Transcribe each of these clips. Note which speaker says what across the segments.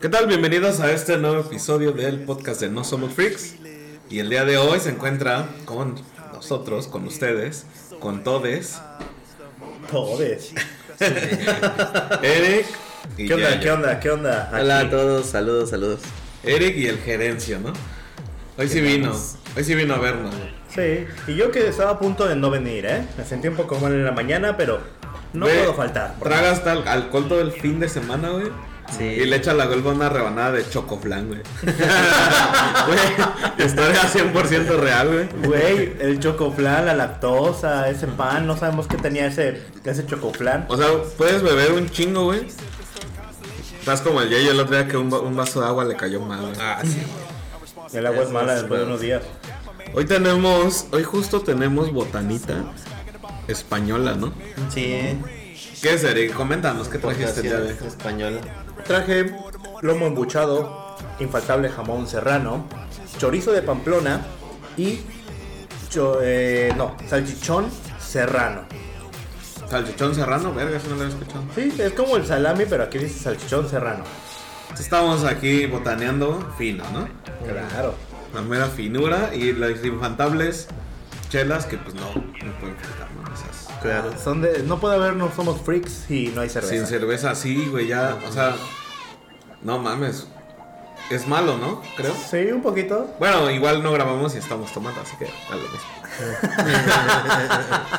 Speaker 1: ¿Qué tal? Bienvenidos a este nuevo episodio del podcast de No Somos Freaks. Y el día de hoy se encuentra con nosotros, con ustedes, con todes,
Speaker 2: Joder.
Speaker 1: Eric y
Speaker 2: ¿Qué onda?
Speaker 1: Yayo.
Speaker 2: ¿Qué onda? ¿Qué onda? Aquí.
Speaker 3: Hola a todos, saludos, saludos.
Speaker 1: Eric y el gerencio, ¿no? Hoy sí vino, hoy sí vino a vernos.
Speaker 2: Sí. Y yo que estaba a punto de no venir, ¿eh? Me sentí un poco mal en la mañana, pero no
Speaker 1: Güey,
Speaker 2: puedo faltar. porque-
Speaker 1: Traga hasta el alcohol todo el fin de semana, güey.
Speaker 3: Sí.
Speaker 1: Y le echa la culpa a una rebanada de chocoflan, güey. Güey, historia 100% real, güey.
Speaker 2: Güey, el chocoflan, la lactosa, ese pan, no sabemos qué tenía ese, ese chocoflan.
Speaker 1: O sea, puedes beber un chingo, güey. Estás como el Yayo el otro día que un, va- un vaso de agua le cayó mal, güey.
Speaker 2: El agua es mala después de unos días.
Speaker 1: Hoy tenemos, hoy justo tenemos botanita española, ¿no?
Speaker 3: Sí,
Speaker 1: ¿Qué es, Eric? Coméntanos, ¿qué trajiste el día de hoy?
Speaker 3: española.
Speaker 2: Traje lomo embuchado, infaltable jamón serrano, chorizo de pamplona y... cho- eh, no, salchichón serrano.
Speaker 1: Salchichón serrano, verga, eso no lo había escuchado.
Speaker 2: Sí, es como el salami, pero aquí dice salchichón serrano.
Speaker 1: Estamos aquí botaneando fino, ¿no?
Speaker 2: Claro.
Speaker 1: La mera finura y las infantables chelas que pues no, no pueden faltar, ¿no? Esas.
Speaker 2: Claro. Son de, no puede haber, no somos freaks y no hay cerveza.
Speaker 1: Sin cerveza así, güey, ya, o sea, no mames. Es malo, ¿no? Creo.
Speaker 2: Sí, un poquito.
Speaker 1: Bueno, igual no grabamos y estamos tomando, así que da lo mismo.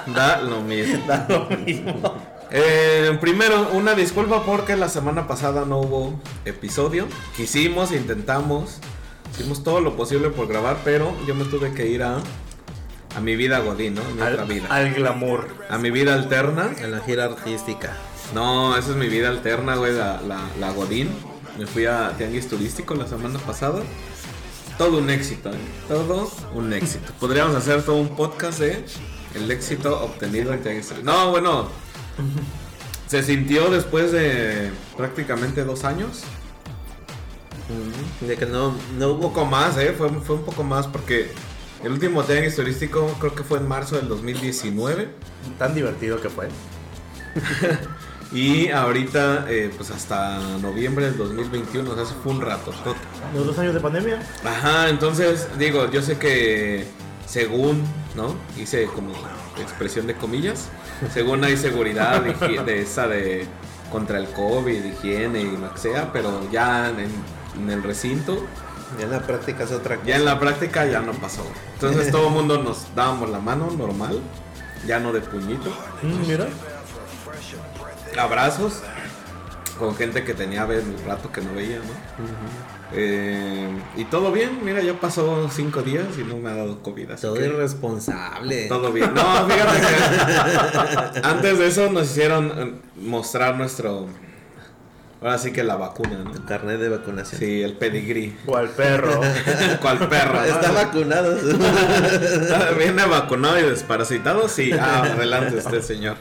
Speaker 1: da lo mismo.
Speaker 2: Da lo mismo.
Speaker 1: Eh, primero, una disculpa porque la semana pasada no hubo episodio. Quisimos, intentamos, hicimos todo lo posible por grabar, pero yo me tuve que ir a, a mi vida Godín, ¿no? A mi otra
Speaker 2: Al,
Speaker 1: vida.
Speaker 2: al glamour.
Speaker 1: A mi vida alterna.
Speaker 3: En la gira artística.
Speaker 1: No, esa es mi vida alterna, güey, la, la, la Godín. Me fui a Tianguis Turístico la semana pasada. Todo un éxito, ¿eh? Todo un éxito. Podríamos hacer todo un podcast de el éxito obtenido en Tianguis Turístico. No, bueno. Se sintió después de prácticamente dos años.
Speaker 3: De que no, no
Speaker 1: Un
Speaker 3: hubo
Speaker 1: poco más, ¿eh? Fue, fue un poco más porque el último Tianguis Turístico creo que fue en marzo del 2019.
Speaker 2: Tan divertido que fue.
Speaker 1: Y ahorita, eh, pues hasta noviembre del 2021, o sea, eso fue un rato.
Speaker 2: Los dos años de pandemia.
Speaker 1: Ajá, entonces, digo, yo sé que según, ¿no? Hice como expresión de comillas, según hay seguridad de, higie- de esa de contra el COVID, higiene y lo que sea, pero ya en, en el recinto,
Speaker 3: Ya en la práctica es otra cosa.
Speaker 1: ya en la práctica ya no pasó. Entonces todo el mundo nos dábamos la mano normal, ya no de puñito,
Speaker 2: Mm, mira.
Speaker 1: abrazos con gente que tenía un rato que no veía, ¿no? Eh, y todo bien, mira, ya pasó cinco días y no me ha dado COVID. así
Speaker 3: Todo
Speaker 1: que-
Speaker 3: irresponsable.
Speaker 1: Todo bien. No, fíjate que antes de eso nos hicieron eh, mostrar nuestro. Ahora sí que la vacuna, ¿no?
Speaker 3: Tu Carnet de vacunación.
Speaker 1: Sí, el pedigrí.
Speaker 2: O al perro.
Speaker 1: ¿Cuál perro? no?
Speaker 3: Está vacunado.
Speaker 1: ¿Viene vacunado y desparasitado? Sí. Ah, adelante este señor.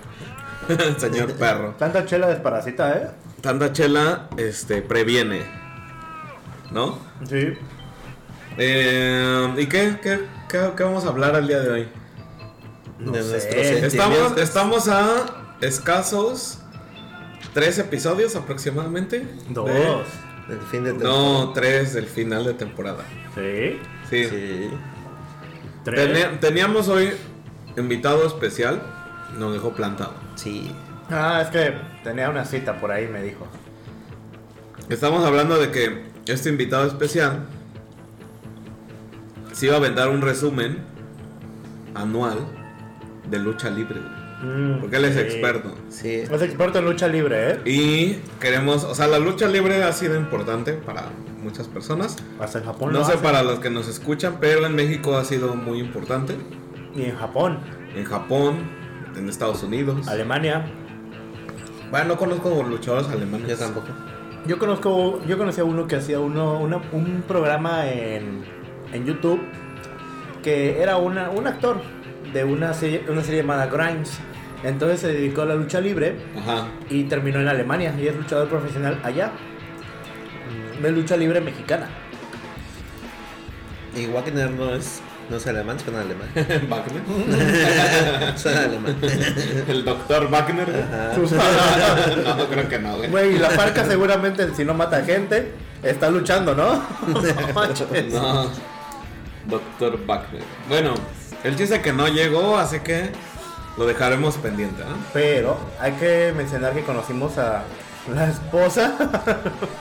Speaker 1: señor perro.
Speaker 2: Tanta chela desparasita, ¿eh?
Speaker 1: Tanta chela, este, previene. ¿No?
Speaker 2: Sí.
Speaker 1: Eh, ¿Y qué, qué, qué- qué vamos a hablar al día de hoy?
Speaker 2: No
Speaker 3: de
Speaker 2: sé.
Speaker 3: nuestros
Speaker 1: Estamos,
Speaker 3: sentimientos.
Speaker 1: estamos a escasos tres episodios aproximadamente.
Speaker 2: Dos.
Speaker 1: de-
Speaker 3: El fin de
Speaker 1: no, tres del final de temporada.
Speaker 2: Sí.
Speaker 1: Sí.
Speaker 3: Sí.
Speaker 2: Tres.
Speaker 1: Teni- Teníamos hoy invitado especial, nos dejó plantado.
Speaker 3: Sí.
Speaker 2: Ah, es que tenía una cita por ahí, me dijo.
Speaker 1: Estamos hablando de que este invitado especial se iba a aventar un resumen anual de lucha libre,
Speaker 2: Mm,
Speaker 1: porque él es
Speaker 2: sí.
Speaker 1: experto.
Speaker 3: Sí.
Speaker 2: Es experto en lucha libre, ¿eh?
Speaker 1: Y queremos, o sea, la lucha libre ha sido importante para muchas personas.
Speaker 2: Hasta en Japón
Speaker 1: No
Speaker 2: lo
Speaker 1: sé
Speaker 2: hacen.
Speaker 1: para los que nos escuchan, pero en México ha sido muy importante.
Speaker 2: Y en Japón,
Speaker 1: En Japón, en Estados Unidos.
Speaker 2: Alemania.
Speaker 1: Bueno, no conozco luchadores alemanes.
Speaker 3: Yo tampoco.
Speaker 2: Yo conozco, yo conocí a uno que hacía uno, una- un programa en, en YouTube que era una- un actor de una serie, una serie llamada Grimes. Entonces se dedicó a la lucha libre
Speaker 1: Ajá.
Speaker 2: y terminó en Alemania y es luchador profesional allá. Mm, De lucha libre mexicana.
Speaker 3: Y Wagner no es No es alemán, suena alemán.
Speaker 1: Wagner.
Speaker 3: suena alemán.
Speaker 1: El doctor Wagner.
Speaker 3: Ajá.
Speaker 2: Sus-
Speaker 1: no, creo que no, güey.
Speaker 2: Güey, la parca seguramente si no mata gente, está luchando, ¿no? No manches.
Speaker 1: No. Doctor Wagner. Bueno, el chiste que no llegó, así que lo dejaremos pendiente, ¿no?
Speaker 2: Pero hay que mencionar que conocimos a la esposa.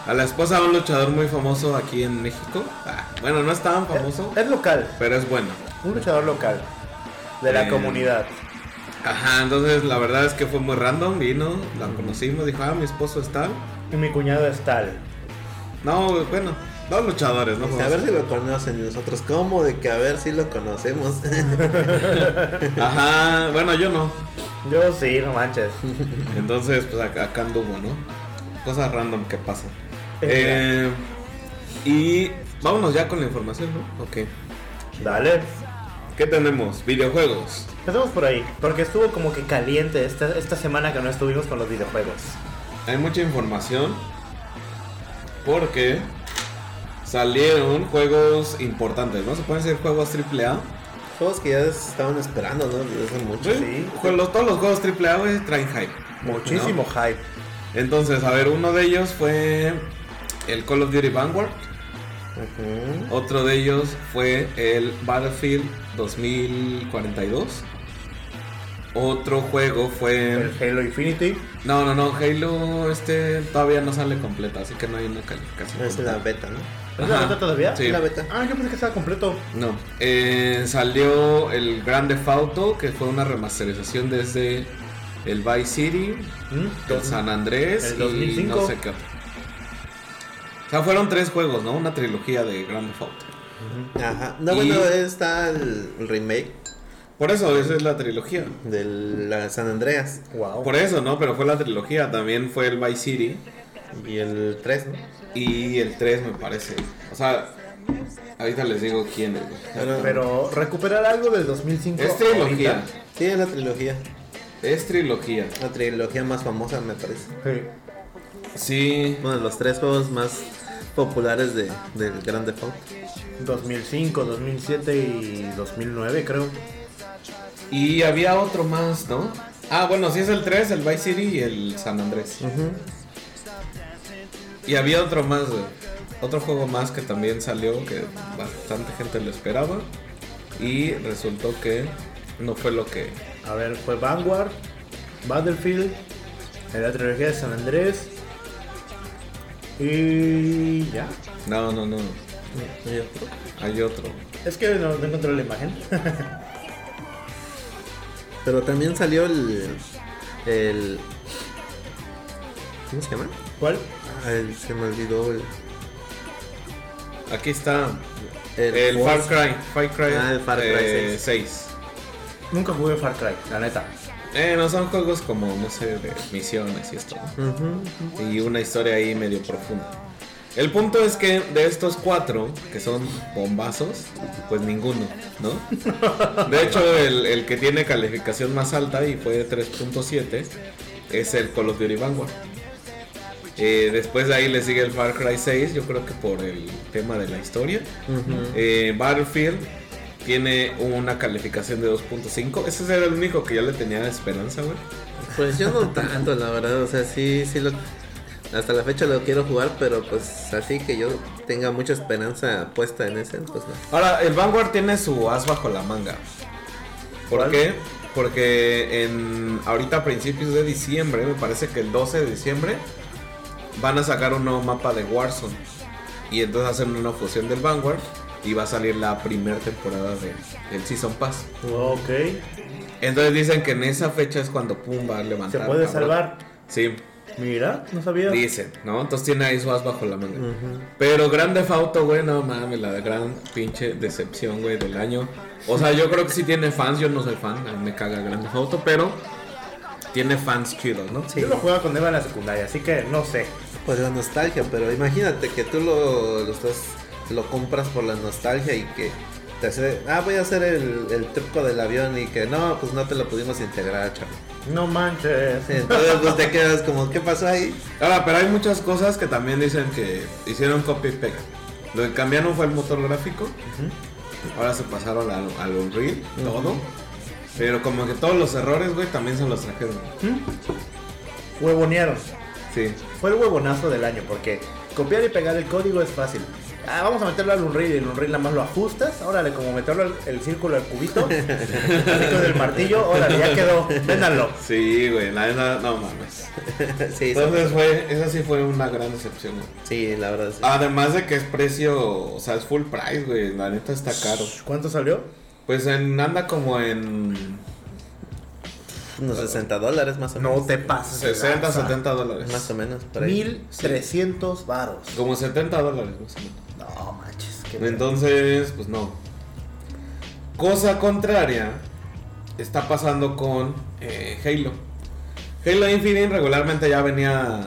Speaker 1: A la esposa de un luchador muy famoso aquí en México. Ah, bueno, no es tan famoso,
Speaker 2: Es local,
Speaker 1: pero es bueno.
Speaker 2: un luchador local de la
Speaker 1: Eh.
Speaker 2: comunidad.
Speaker 1: Ajá, entonces la verdad es que fue muy random. Vino, la conocimos, dijo, ah, mi esposo está.
Speaker 2: Y mi cuñado es tal.
Speaker 1: No, bueno, dos luchadores, ¿no?
Speaker 3: A ver si lo conocen y nosotros. ¿Cómo de que a ver si lo conocemos?
Speaker 1: Ajá, bueno, yo no.
Speaker 2: Yo sí, no manches.
Speaker 1: Entonces, pues acá, acá anduvo, ¿no? Cosas random que pasan.
Speaker 2: Eh,
Speaker 1: Eh, y vámonos ya con la información, ¿no? Ok.
Speaker 2: Dale.
Speaker 1: ¿Qué tenemos? Videojuegos.
Speaker 2: Empecemos por ahí, porque estuvo como que caliente esta, esta semana que no estuvimos con los videojuegos.
Speaker 1: Hay mucha información porque salieron juegos importantes, ¿no? Se pueden decir juegos AAA.
Speaker 3: Juegos que ya estaban esperando, ¿no? Desde hace mucho.
Speaker 2: Sí.
Speaker 1: Los- todos los juegos AAA güey, traen hype. ¿no?
Speaker 2: Muchísimo hype.
Speaker 1: Entonces, a ver, uno de ellos fue el Call of Duty Vanguard.
Speaker 3: Ujú.
Speaker 1: Otro de ellos fue el Battlefield 2042. Otro juego fue.
Speaker 2: El Halo Infinity.
Speaker 1: No, no, no, Halo este todavía no sale completa, así que no hay una calificación.
Speaker 3: Es la
Speaker 1: completa.
Speaker 3: beta, ¿no?
Speaker 2: ¿Es la
Speaker 1: Ajá,
Speaker 2: beta todavía?
Speaker 1: Sí.
Speaker 3: Es la beta.
Speaker 2: Ah, yo pensé que estaba completo.
Speaker 1: No. Eh, salió el Grand Theft Auto, que fue una remasterización desde el Vice City,
Speaker 2: ¿Mm?
Speaker 1: el San Andrés
Speaker 2: el
Speaker 1: y
Speaker 2: 2005.
Speaker 1: no sé qué otro. O sea, fueron tres juegos, ¿no? Una trilogía de Grand Theft Auto.
Speaker 3: Ajá. No,
Speaker 1: Y-
Speaker 3: bueno, está el el remake
Speaker 1: Por eso, esa es la trilogía.
Speaker 3: de la San Andreas.
Speaker 2: Wow.
Speaker 1: Por eso, ¿no? Pero fue la trilogía, también fue el Vice City
Speaker 3: Y el 3, ¿no?
Speaker 1: y el 3 me parece. O sea, ahorita les digo quién es. güey.
Speaker 3: Pero-
Speaker 2: Pero recuperar algo del 2005.
Speaker 1: Es trilogía.
Speaker 2: ahorita.
Speaker 3: Sí, es la trilogía.
Speaker 1: Es trilogía.
Speaker 3: La trilogía más famosa, me parece.
Speaker 2: Sí.
Speaker 1: Sí.
Speaker 3: Uno de los tres juegos más populares de, del Grand Theft Auto.
Speaker 2: 2005, 2007 y 2009 creo.
Speaker 1: Y había otro más, ¿no? Ah, bueno, sí es el 3, el Vice City y el San Andrés. Y había otro más, güey. Otro juego más que también salió, que bastante gente lo esperaba. Y resultó que no fue lo que...
Speaker 2: A ver, fue Vanguard, Battlefield, la trilogía de San Andrés y ya.
Speaker 1: No, no, no. Hay otro.
Speaker 2: Es que no, no encontré la imagen.
Speaker 3: Pero también salió el. el ¿Cómo se llama?
Speaker 2: ¿Cuál?
Speaker 3: Ay, se me olvidó el.
Speaker 1: Aquí está.
Speaker 3: El,
Speaker 1: El, Far
Speaker 3: Forza.
Speaker 1: Cry, Far Cry,
Speaker 3: Ah, el Far Cry
Speaker 1: eh,
Speaker 3: 6.
Speaker 1: 6.
Speaker 2: Nunca jugué Far Cry, la neta.
Speaker 1: Eh, no son juegos como, no sé, de misiones y esto. ¿no?
Speaker 3: Ujú.
Speaker 1: Y una historia ahí medio profunda. El punto es que de estos cuatro, que son bombazos, pues ninguno, ¿no? De hecho, el, el que tiene calificación más alta y fue de 3.7 es el Call of Duty Vanguard. Eh, después de ahí le sigue el Far Cry 6, yo creo que por el tema de la historia.
Speaker 3: Ujú.
Speaker 1: Eh, Battlefield tiene una calificación de 2.5. Ese era el único que yo le tenía esperanza, güey.
Speaker 3: Pues yo no tanto, la verdad. O sea, sí, sí lo. Hasta la fecha lo quiero jugar, pero pues así que yo tenga mucha esperanza puesta en ese, pues no.
Speaker 1: Ahora, el Vanguard tiene su as bajo la manga. ¿Por
Speaker 2: ¿Cuál?
Speaker 1: qué? Porque en, ahorita a principios de diciembre, me parece que el 12 de diciembre, van a sacar un nuevo mapa de Warzone. Y entonces hacen una fusión del Vanguard y va a salir la primera temporada de- del Season Pass.
Speaker 2: Ok.
Speaker 1: Entonces dicen que en esa fecha es cuando Pum va a
Speaker 2: Se
Speaker 1: levantar.
Speaker 2: puede
Speaker 1: cabrón.
Speaker 2: salvar.
Speaker 1: Sí,
Speaker 2: Mira, no sabía.
Speaker 1: Dicen, ¿no? Entonces tiene ahí su as bajo la manga. Pero Grand Theft Auto, güey, no mames, la gran pinche decepción, güey, del año. O sea, yo creo que sí tiene fans, yo no soy fan, a mí me caga Grand Theft Auto, pero tiene fans chidos, ¿no?
Speaker 2: Yo lo jugaba con Eva en la secundaria, así que no sé.
Speaker 3: Pues la nostalgia, pero imagínate que tú lo, lo estás, lo compras por la nostalgia y que te hace, ah, voy a hacer el, el truco del avión y que no, pues no te lo pudimos integrar, chaval.
Speaker 2: No manches.
Speaker 3: Entonces pues te quedas como, ¿qué pasó ahí?
Speaker 1: Ahora, pero hay muchas cosas que también dicen que hicieron copy y pega. Lo que cambiaron fue el motor gráfico. Ahora se pasaron al, al Unreal, todo. Pero como que todos los errores, güey, también se los trajeron.
Speaker 2: Huevonearon.
Speaker 1: Sí.
Speaker 2: Fue el huevonazo del año porque copiar y pegar el código es fácil. Ah, vamos a meterlo al Unreal y el Unreal nada más lo ajustas. Órale, como meterlo al, el círculo al cubito, el círculo del martillo, órale, ya quedó. Véndanlo.
Speaker 1: Sí, güey, la neta, no mames.
Speaker 3: sí,
Speaker 2: Pues,
Speaker 3: sí,
Speaker 1: Entonces, fue, esa sí fue una gran decepción, güey.
Speaker 3: sí, la verdad.
Speaker 2: Ah,
Speaker 3: Sí.
Speaker 1: Además de que es precio, o sea, es full price, güey, la neta está caro.
Speaker 2: ¿Cuánto salió?
Speaker 1: Pues en, anda como en
Speaker 3: Unos 60 dólares más o
Speaker 2: ah, No
Speaker 3: menos.
Speaker 2: te pases. de
Speaker 1: 60,
Speaker 2: lanza.
Speaker 1: 70 dólares.
Speaker 3: Más o menos. por ahí.
Speaker 2: 1300 varos.
Speaker 1: Como 70 dólares, más o menos.
Speaker 2: No manches. qué
Speaker 1: Entonces, pues no. Cosa contraria, está pasando con eh, Halo. Halo Infinite regularmente ya venía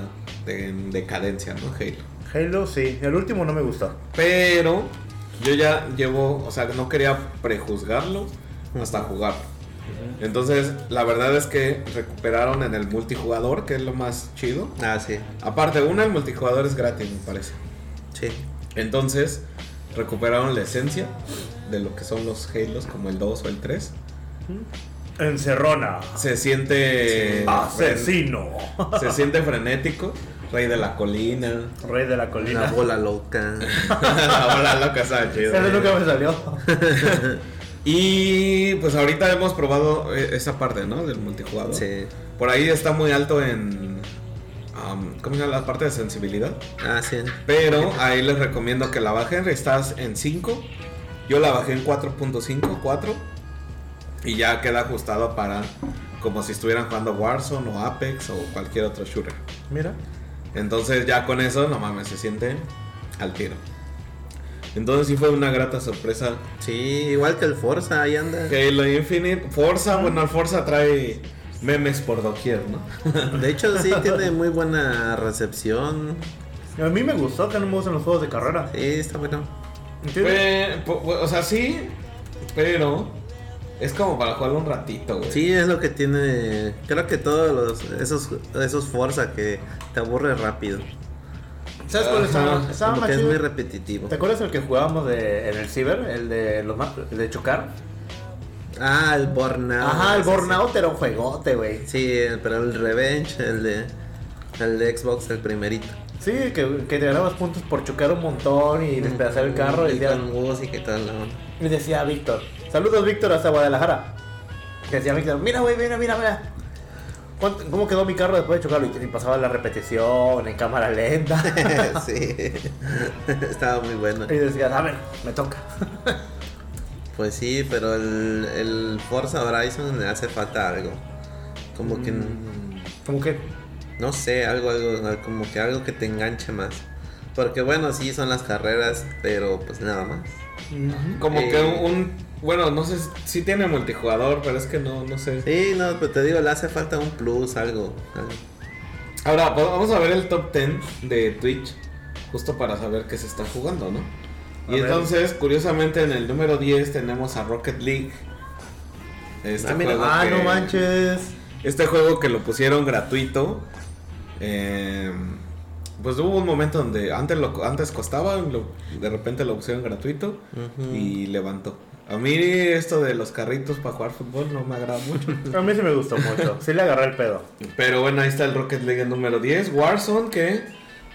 Speaker 1: de- en decadencia, ¿no? Halo.
Speaker 2: Halo, sí. El último no me gustó.
Speaker 1: Pero yo ya llevo, o sea, no quería prejuzgarlo hasta jugarlo. Entonces, la verdad es que recuperaron en el multijugador, que es lo más chido.
Speaker 3: Ah, sí.
Speaker 1: Aparte, una, el multijugador es gratis, me parece.
Speaker 3: Sí.
Speaker 1: Entonces, recuperaron la esencia de lo que son los Halos, como el 2 o el 3.
Speaker 2: Encerrona.
Speaker 1: Se
Speaker 2: Eh,
Speaker 1: siente.
Speaker 2: Ah, Asesino.
Speaker 1: Se siente frenético. Rey de la colina.
Speaker 2: Rey de la
Speaker 3: Una
Speaker 2: colina.
Speaker 3: bola loca.
Speaker 1: Ahora loca está chido.
Speaker 2: Ese nunca me salió.
Speaker 1: Y pues ahorita hemos probado eh, esa parte, ¿no? Del multijugador.
Speaker 3: Sí.
Speaker 1: Por ahí está muy alto en. am, ¿Cómo se llama? La parte de sensibilidad.
Speaker 3: Ah, sí.
Speaker 1: Pero ahí les recomiendo que la bajen. Estás en 5. Yo la bajé en 4.5, 4. Y ya queda ajustado para como si estuvieran jugando Warzone o Apex o cualquier otro shooter.
Speaker 2: Mira.
Speaker 1: Entonces ya con eso, no mames, se siente al tiro. Entonces sí fue una grata sorpresa
Speaker 3: Sí, igual que el Forza, ahí anda.
Speaker 1: Halo Infinite, Forza, bueno, el Forza trae memes por doquier, ¿no?
Speaker 3: De hecho, sí, tiene muy buena recepción.
Speaker 2: A mí me gustó que no me gustan los juegos de carrera.
Speaker 3: Sí, está bueno.
Speaker 2: ¿Entiendes?
Speaker 1: Fue- po- o sea, sí, pero es como para jugarlo un ratito, güey.
Speaker 3: Sí, es lo que tiene. Creo que todos los, esos, esos Forza que te aburre rápido.
Speaker 2: ¿Sabes cuál
Speaker 1: Ajá,
Speaker 2: estaba? Estaba
Speaker 3: Pues, Como
Speaker 2: más
Speaker 3: que es muy
Speaker 2: chido.
Speaker 3: repetitivo.
Speaker 2: ¿Te acuerdas el que jugábamos de, en el ciber? El de los ma- el de chocar.
Speaker 3: Ah, el Burnout.
Speaker 2: Ajá, el
Speaker 3: Sí, sí.
Speaker 2: Burnout era un juegote, güey.
Speaker 3: Sí, el- pero el Revenge, el de, el de Xbox, el primerito.
Speaker 2: Sí, que, que te ganabas puntos por chocar un montón
Speaker 3: Mm,
Speaker 2: y despedazar el carro.
Speaker 3: Y
Speaker 2: Y, decía-
Speaker 3: con música y tal. ¿no?
Speaker 2: y decía Víctor. Saludos, Víctor, hasta Guadalajara. Que decía Víctor, mira, güey, mira, mira, mira. ¿Cuánto- ¿Cómo quedó mi carro después de chocarlo? Y, y pasaba la repetición en cámara lenta.
Speaker 3: sí. Estaba muy bueno.
Speaker 2: y decías, a ver, me toca.
Speaker 3: Pues sí, pero el, el Forza Horizon le hace falta algo. Como
Speaker 2: Mm.
Speaker 3: que,
Speaker 2: Como que
Speaker 3: no sé, algo, algo, como que algo que te enganche más. Porque bueno, sí son las carreras, pero pues nada más.
Speaker 1: Como
Speaker 3: Eh.
Speaker 1: que un, bueno, no sé, sí tiene multijugador, pero es que no, no sé.
Speaker 3: Sí, no, pero te digo, le hace falta un plus, algo. algo.
Speaker 1: Ahora, pues, vamos a ver el top 10 de Twitch, justo para saber qué se está jugando, ¿no?
Speaker 2: A
Speaker 1: Y
Speaker 2: ver.
Speaker 1: entonces, curiosamente, en el número 10 tenemos a Rocket League. Este
Speaker 3: Ah, mira.
Speaker 1: juego
Speaker 2: Ah, no
Speaker 1: que-
Speaker 2: manches.
Speaker 1: Este juego que lo pusieron gratuito. eh, pues hubo un momento donde antes, lo, antes costaba, lo- de repente lo pusieron gratuito
Speaker 3: Ujú.
Speaker 1: y levantó. A mí esto de los carritos para jugar fútbol no me agrada mucho.
Speaker 2: A mí sí me gustó mucho. Sí le agarré el pedo.
Speaker 1: Pero bueno, ahí está el Rocket League en número 10. Warzone, que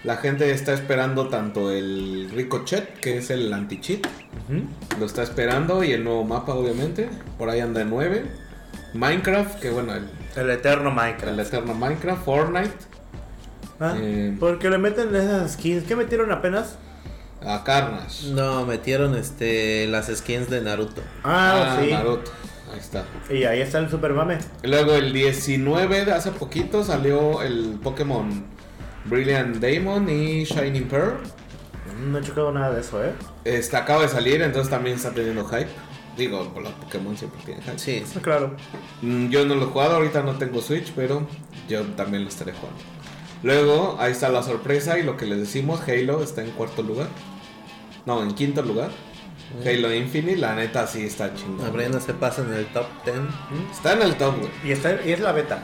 Speaker 1: la gente está esperando tanto el Ricochet, que es el anti-cheat, lo está esperando, y el nuevo mapa, obviamente. Por ahí anda en 9. Minecraft, que bueno, el,
Speaker 2: El eterno
Speaker 1: el
Speaker 2: Minecraft.
Speaker 1: eterno Minecraft. Fortnite.
Speaker 2: Ah,
Speaker 1: Eh.
Speaker 2: Porque le meten esas skins. ¿Qué metieron apenas?
Speaker 1: A Carnage.
Speaker 3: No, metieron este las skins de Naruto.
Speaker 2: Ah, sí.
Speaker 1: Naruto. Ahí está.
Speaker 2: Y ahí está el Super Mame.
Speaker 1: Luego el 19 de hace poquito salió el Pokémon Brilliant Damon y Shining Pearl.
Speaker 2: No he chocado nada de eso, ¿eh?
Speaker 1: Este acaba de salir, entonces también está teniendo hype. Digo, los Pokémon siempre tienen hype.
Speaker 3: Sí,
Speaker 2: Ah, Claro.
Speaker 1: Mm, Yo no lo he jugado, ahorita no tengo Switch, pero yo también lo estaré jugando. Luego, ahí está la sorpresa y lo que les decimos, Halo está en cuarto lugar. No, en quinto lugar. Halo Infinite, la neta sí está chingón.
Speaker 3: abriendo se pasa en el top 10.
Speaker 1: Está en el top, güey.
Speaker 2: Y, está, y es la beta.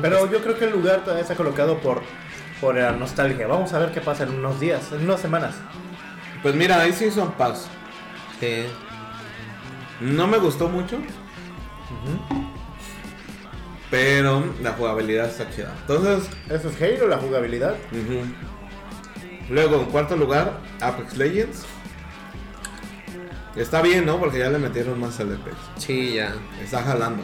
Speaker 2: Pero yo creo que el lugar todavía está colocado por, por la nostalgia. Vamos a ver qué pasa en unos días, en unas semanas.
Speaker 1: Pues mira, ahí sí son paz.
Speaker 3: Sí.
Speaker 1: No me gustó mucho. Pero la jugabilidad está chida. Entonces,
Speaker 2: ¿Eso es Halo, la jugabilidad?
Speaker 1: Ujú. Luego, en cuarto lugar, Apex Legends. Está bien, ¿no? Porque ya le metieron más al Apex.
Speaker 3: Sí, ya.
Speaker 1: Está jalando.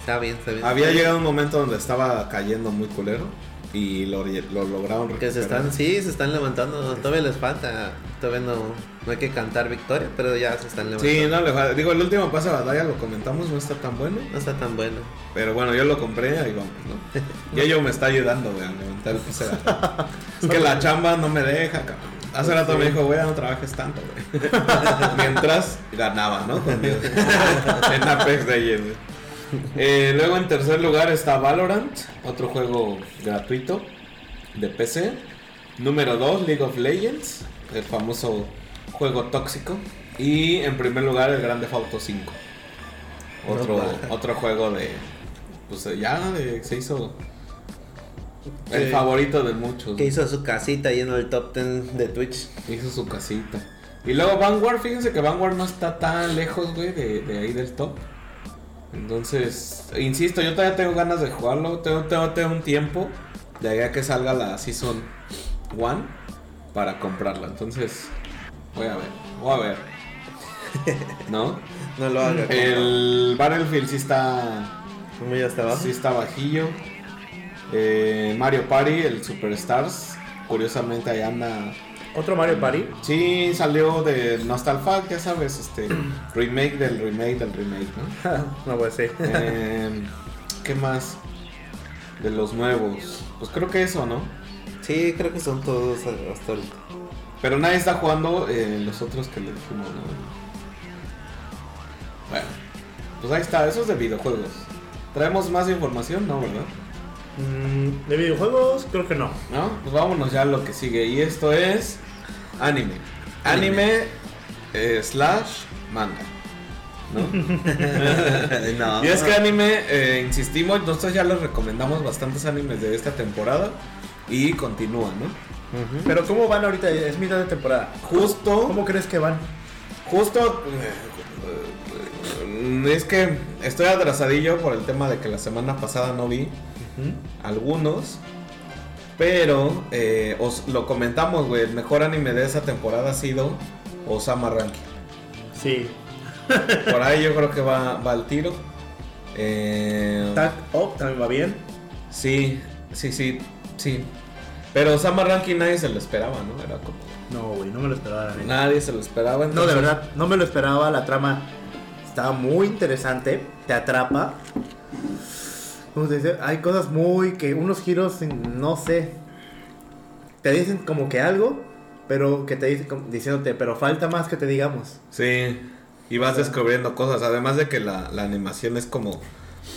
Speaker 3: Está bien, está bien.
Speaker 1: Había llegado un momento donde estaba cayendo muy culero y lo, lo lograron
Speaker 3: Porque se
Speaker 1: recuperar.
Speaker 3: están, sí, se están levantando. Todavía les falta. Todavía no, no hay que cantar victoria, pero ya se están
Speaker 1: Sí,
Speaker 3: levantando.
Speaker 1: no, le fa- digo, el último pase de batalla lo comentamos, no está tan bueno.
Speaker 3: No está tan bueno.
Speaker 1: Pero bueno, yo lo compré, ahí vamos, ¿no? Y ello me está ayudando, güey, a levantar el pase de batalla. Es que la chamba no me deja, cabrón. Hace rato me dijo, güey, no trabajes tanto, güey. Mientras ganaba, ¿no? Conmigo. en Apex Legends. güey. Eh, luego en tercer lugar está Valorant, otro juego gratuito de PC. Número 2, League of Legends, el famoso juego tóxico. Y en primer lugar, el Grande Auto 5. Otro, otro juego de. Pues ya de- se hizo. El
Speaker 3: Sí.
Speaker 1: favorito de muchos.
Speaker 3: Que hizo su casita ahí en el top 10 de Twitch.
Speaker 1: Hizo su casita. Y luego Vanguard, fíjense que Vanguard no está tan lejos, güey, de, de ahí del top. Entonces, insisto, yo todavía tengo ganas de jugarlo. Tengo, tengo, tengo un tiempo de ahí a que salga la Season 1 para comprarla. Entonces, voy a ver, voy a ver. ¿No?
Speaker 3: No lo haga.
Speaker 1: El Battlefield sí está,
Speaker 3: Muy hasta abajo.
Speaker 1: sí está bajillo. Eh, Mario Party, el Superstars. Curiosamente, ahí anda
Speaker 2: ¿Otro Mario Party?
Speaker 1: Sí, salió de Nostalfact, ya sabes, este remake del remake del remake, ¿no?
Speaker 2: no, pues sí.
Speaker 1: Em, ¿Qué más? De los nuevos. Pues creo que eso, ¿no?
Speaker 3: Sí, creo que son todos hasta ahorita.
Speaker 1: Pero nadie está jugando eh, los otros que le dijimos, ¿no? Bueno, pues ahí está, eso es de videojuegos. ¿Traemos más información? No, ¿verdad?
Speaker 2: Mm, ¿De videojuegos? Creo que no.
Speaker 1: ¿No? Pues vámonos ya a lo que sigue. Y esto es anime. Anime, eh, slash manga. ¿No?
Speaker 3: no.
Speaker 1: Y es que anime, eh, insistimos, nosotros ya les recomendamos bastantes animes de esta temporada y continúa, ¿no?
Speaker 3: Ujú.
Speaker 2: Pero ¿cómo van ahorita? Es mitad de temporada.
Speaker 1: Justo,
Speaker 2: ¿Cómo crees que van?
Speaker 1: justo, eh, es que estoy atrasadillo por el tema de que la semana pasada no vi
Speaker 2: ¿Mm?
Speaker 1: algunos, pero eh, os lo comentamos, güey, el mejor anime de esa temporada ha sido Osama Ranking.
Speaker 2: Sí.
Speaker 1: Por ahí yo creo que va, va el tiro. Eh,
Speaker 2: Tag Up oh, también va bien.
Speaker 1: Sí, sí, sí, sí. Pero Osama Rankin nadie se lo esperaba, ¿no? Era como.
Speaker 2: No, güey, no me lo esperaba. la neta.
Speaker 1: Nadie se lo esperaba.
Speaker 2: No, de
Speaker 1: entonces-
Speaker 2: verdad, no me lo esperaba. La trama estaba muy interesante, te atrapa. Como te dice, hay cosas muy que unos giros, no sé. Te dicen como que algo, pero que te dicen como- diciéndote, pero falta más que te digamos.
Speaker 1: Sí. Y vas descubriendo cosas. Además de que la, la animación es como.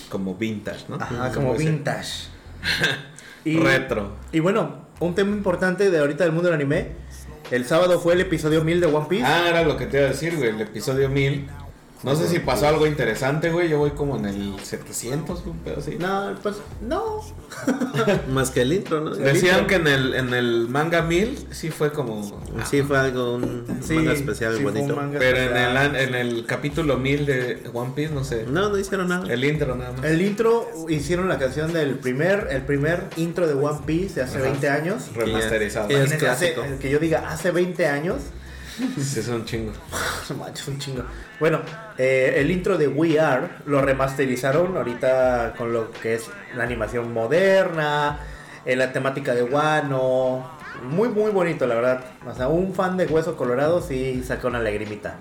Speaker 1: Como vintage, ¿no?
Speaker 2: Ajá,
Speaker 1: Se
Speaker 2: como
Speaker 1: puede decir.
Speaker 2: vintage.
Speaker 1: Retro.
Speaker 2: Y bueno, un tema importante de ahorita del mundo del anime. El sábado fue el episodio 1000 de One Piece.
Speaker 1: Ah, era lo que te iba a decir, güey. El episodio 1000. No sé si pasó algo interesante, güey. Yo voy como en el 700, güey, pero sí.
Speaker 2: No, pues no.
Speaker 3: Más que el intro, ¿no?
Speaker 1: Decían que en el, en el manga 1000 sí fue como.
Speaker 3: Sí, fue algo, un
Speaker 2: Sí,
Speaker 3: manga especial
Speaker 2: sí fue un
Speaker 3: bonito.
Speaker 2: manga
Speaker 1: Pero en
Speaker 2: especial.
Speaker 1: el, an- en el capítulo 1000 de One Piece, no sé.
Speaker 3: No, no hicieron nada.
Speaker 1: El intro nada más.
Speaker 2: El intro hicieron la canción del primer, el primer intro de One Piece de hace
Speaker 1: Ajá.
Speaker 2: 20 años.
Speaker 1: Remasterizado.
Speaker 3: Es
Speaker 2: Imagínate, hace-
Speaker 3: clásico.
Speaker 2: que yo diga hace 20 años.
Speaker 1: Sí, es un chingo.
Speaker 2: No manches, un chingo. Bueno, eh, el intro de We Are lo remasterizaron ahorita con lo que es la animación moderna, eh, la temática de Wano. Muy, muy bonito, la verdad. O sea, un fan de Hueso Colorado sí sacó una lagrimita.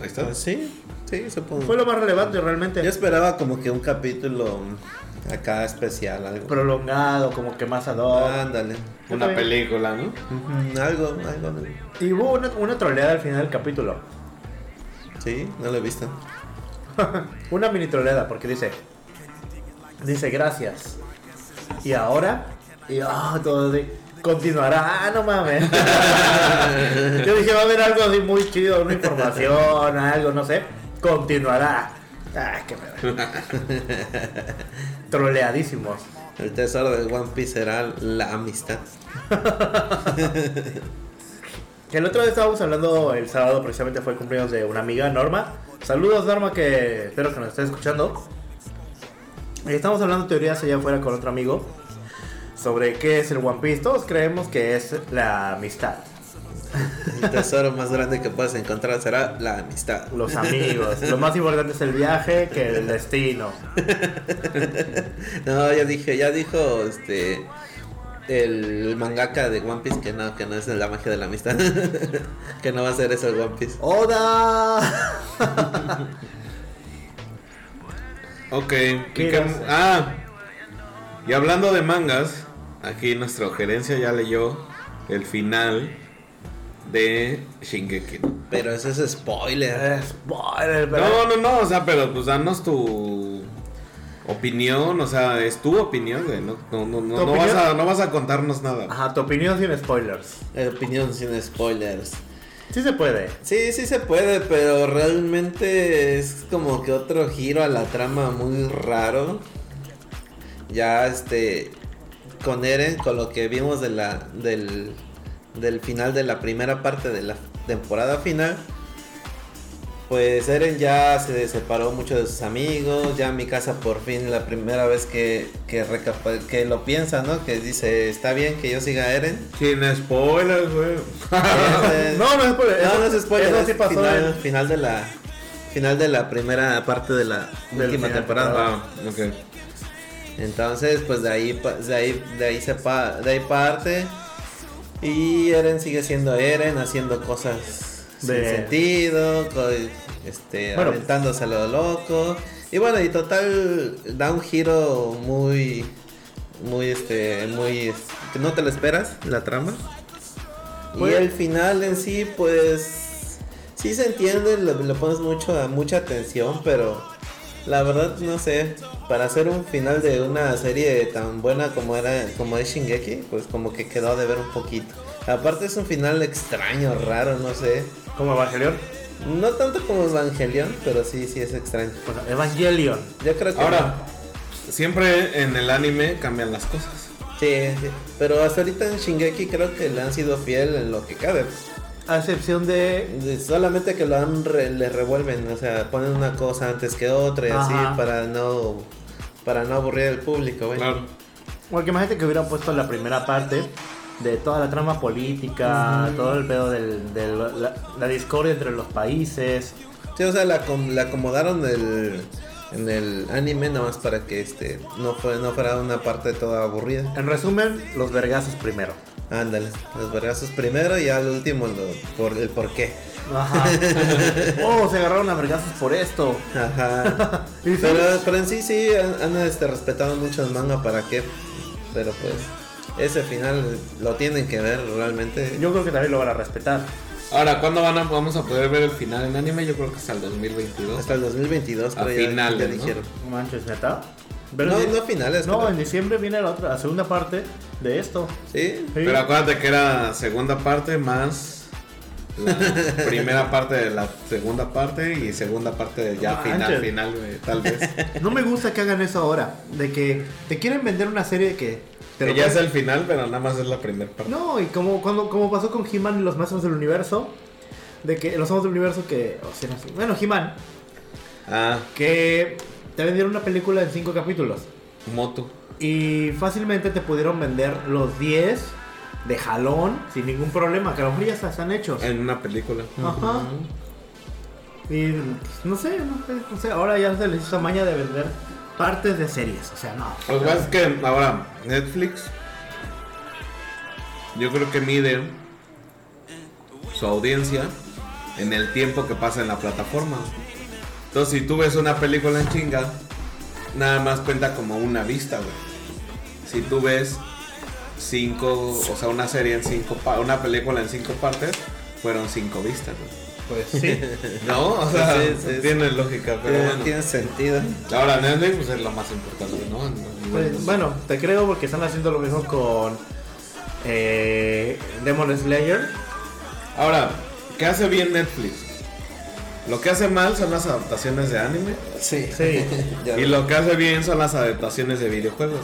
Speaker 1: Ahí está.
Speaker 3: Ah, Sí, sí, supongo.
Speaker 2: Fue lo más relevante realmente.
Speaker 3: Yo esperaba como que un capítulo mm, acá especial, algo.
Speaker 2: Prolongado, como que más ad hoc.
Speaker 3: Ándale.
Speaker 1: Una película, ¿no?
Speaker 3: Ujú, Algo, algo. ¿no?
Speaker 2: Y hubo una, una troleada al final del capítulo.
Speaker 3: Sí, no lo he visto.
Speaker 2: Una mini troleada, porque dice. Dice gracias. Y ahora. Y ah, todo así, Continuará, ah, no mames. Yo dije, va a haber algo así muy chido, una información, algo, no sé. Continuará. Ah, qué pedo. Troleadísimos.
Speaker 3: El tesoro de One Piece será la amistad.
Speaker 2: El otro día estábamos hablando, el sábado precisamente fue el cumpleaños de una amiga, Norma. Saludos, Norma, que espero que nos estés escuchando. Y Estamos hablando teorías allá afuera con otro amigo sobre qué es el One Piece. Todos creemos que es la amistad,
Speaker 3: El tesoro más grande que puedas encontrar será la amistad.
Speaker 2: los amigos. Lo más importante es el viaje que el destino.
Speaker 3: No, ya dije, ya dijo este el mangaka de One Piece que no, que no es la magia de la amistad. que no va a ser eso el One Piece.
Speaker 2: ¡Oda!
Speaker 1: Ok. ¿y
Speaker 2: ¿Qué
Speaker 1: qué-
Speaker 2: más?
Speaker 1: ah. Y hablando de mangas, aquí nuestra gerencia ya leyó el final de Shingeki. ¿no?
Speaker 3: Pero eso es spoiler.
Speaker 2: Spoiler, pero-
Speaker 1: No, no, no, o sea, pero pues danos tu opinión, o sea, es tu opinión, güey. No, no, no, no,
Speaker 2: ¿Tu
Speaker 1: no vas,
Speaker 2: opinión?
Speaker 1: a, no vas a contarnos nada.
Speaker 2: Ajá, tu opinión sin spoilers.
Speaker 3: Opinión sin spoilers.
Speaker 2: Sí se puede.
Speaker 3: Sí, sí se puede, pero realmente es como que otro giro a la trama muy raro. Ya este con Eren, con lo que vimos de la del del final de la primera parte de la temporada final. Pues Eren ya se separó mucho de sus amigos, ya mi casa por fin la primera vez que que, recapa- que lo piensa, ¿no? Que dice, "Está bien que yo siga a Eren."
Speaker 1: Sin spoilers, güey.
Speaker 3: Este,
Speaker 2: No, no es spoiler.
Speaker 3: no,
Speaker 2: eso-
Speaker 3: no es spoiler.
Speaker 2: Eso
Speaker 3: es
Speaker 2: sí pasó.
Speaker 3: final,
Speaker 2: en-
Speaker 3: final de la final de la primera parte de la
Speaker 2: Del
Speaker 3: última
Speaker 2: final.
Speaker 3: temporada.
Speaker 1: Ah, ok.
Speaker 3: Entonces, pues de ahí pa- de ahí de ahí se pa- de ahí parte y Eren sigue siendo Eren, haciendo cosas
Speaker 2: De-
Speaker 3: sin sentido, co- este
Speaker 2: Bueno.
Speaker 3: aventándose a lo loco. Y bueno, y total da un giro muy muy este muy es- que no te lo esperas la trama.
Speaker 2: Bueno.
Speaker 3: Y el final en sí pues sí se entiende, le, le pones mucho a mucha atención, pero la verdad no sé, para hacer un final de una serie tan buena como era como es Shingeki, pues como que quedó de ver un poquito. Aparte es un final extraño, raro, no sé.
Speaker 2: Como Evangelion.
Speaker 3: No tanto como Evangelion, pero sí, sí es extraño.
Speaker 2: Bueno, Pues, Evangelion.
Speaker 3: Yo creo que
Speaker 1: Ahora, siempre en el anime cambian las cosas.
Speaker 3: Sí, sí. pero hasta ahorita en Shingeki creo que le han sido fiel en lo que cabe.
Speaker 2: A excepción de.
Speaker 3: De- Solamente que lo han re- le revuelven, o sea, ponen una cosa antes que otra y
Speaker 2: Ajá.
Speaker 3: así para no para no aburrir al público, güey.
Speaker 1: Claro.
Speaker 2: Porque imagínate que hubieran puesto la primera parte de toda la trama política, todo el pedo del, del- la, la discordia entre los países.
Speaker 3: Sí, o sea, la, acom- la acomodaron el- en el anime nomás para que este no fue no fuera una parte toda aburrida.
Speaker 2: En resumen, los vergazos primero.
Speaker 3: Ándale, los vergazos primero y al último lo- por el por qué.
Speaker 2: Ajá. oh, se agarraron a vergazos por esto.
Speaker 3: Ajá.
Speaker 2: Y sí.
Speaker 3: pero, pero en sí sí han, han, este, respetado mucho el manga para qué. Pero pues ese final lo tienen que ver realmente.
Speaker 2: Yo creo que también lo van a respetar.
Speaker 1: Ahora, ¿cuándo van a, vamos a poder ver el final en anime? Yo creo que hasta el 2022.
Speaker 3: Hasta el 2022,
Speaker 1: A
Speaker 3: pero ya,
Speaker 1: finales,
Speaker 3: ya
Speaker 1: ¿no?
Speaker 3: dijeron.
Speaker 2: No manches, neta. Pero
Speaker 3: No,
Speaker 2: en-
Speaker 3: no finales.
Speaker 2: no,
Speaker 3: creo.
Speaker 2: en diciembre viene la otra, la segunda parte de esto.
Speaker 3: Sí.
Speaker 2: Sí.
Speaker 1: Pero acuérdate que era segunda parte más la primera parte de la segunda parte y segunda parte de ya
Speaker 2: No
Speaker 1: final,
Speaker 2: manches.
Speaker 1: final, güey, tal vez.
Speaker 2: No me gusta que hagan eso ahora, de que te quieren vender una serie que... te lo
Speaker 1: Que ya es
Speaker 2: ponen-
Speaker 1: el final, pero nada más es la primera parte.
Speaker 2: No, y como, cuando, como pasó con He-Man y los Maestros del Universo, de que los Maestros del Universo que... o sea, no sé, bueno, He-Man,
Speaker 1: Ah,
Speaker 2: que te vendieron una película en 5 capítulos
Speaker 1: moto.
Speaker 2: y fácilmente te pudieron vender los 10 de jalón sin ningún problema, que a lo mejor ya hasta están hechos.
Speaker 1: En una película.
Speaker 2: Ajá. Y no sé, no sé, no sé, ahora ya se les hizo maña de vender partes de series, o sea, no.
Speaker 1: Lo que pasa es Pues, que ahora Netflix, yo creo que mide su audiencia en el tiempo que pasa en la plataforma. Entonces, si tú ves una película en chinga, nada más cuenta como una vista, güey. Si tú ves cinco, o sea, una serie en cinco, pa- una película en cinco partes, fueron cinco vistas, güey.
Speaker 2: Pues sí.
Speaker 1: No, o sea,
Speaker 3: Sí, sí, sí.
Speaker 1: tiene lógica, pero
Speaker 3: Tiene-
Speaker 1: bueno.
Speaker 3: Tiene sentido.
Speaker 1: Ahora Netflix pues, es lo más importante, ¿no? En- en-
Speaker 2: Pues, bueno, te creo porque están haciendo lo mismo con eh, Demon Slayer.
Speaker 1: Ahora, ¿qué hace bien Netflix? Lo que hace mal son las adaptaciones de anime
Speaker 3: Sí.
Speaker 2: Sí.
Speaker 3: Ya.
Speaker 1: y lo que hace bien son las adaptaciones de videojuegos.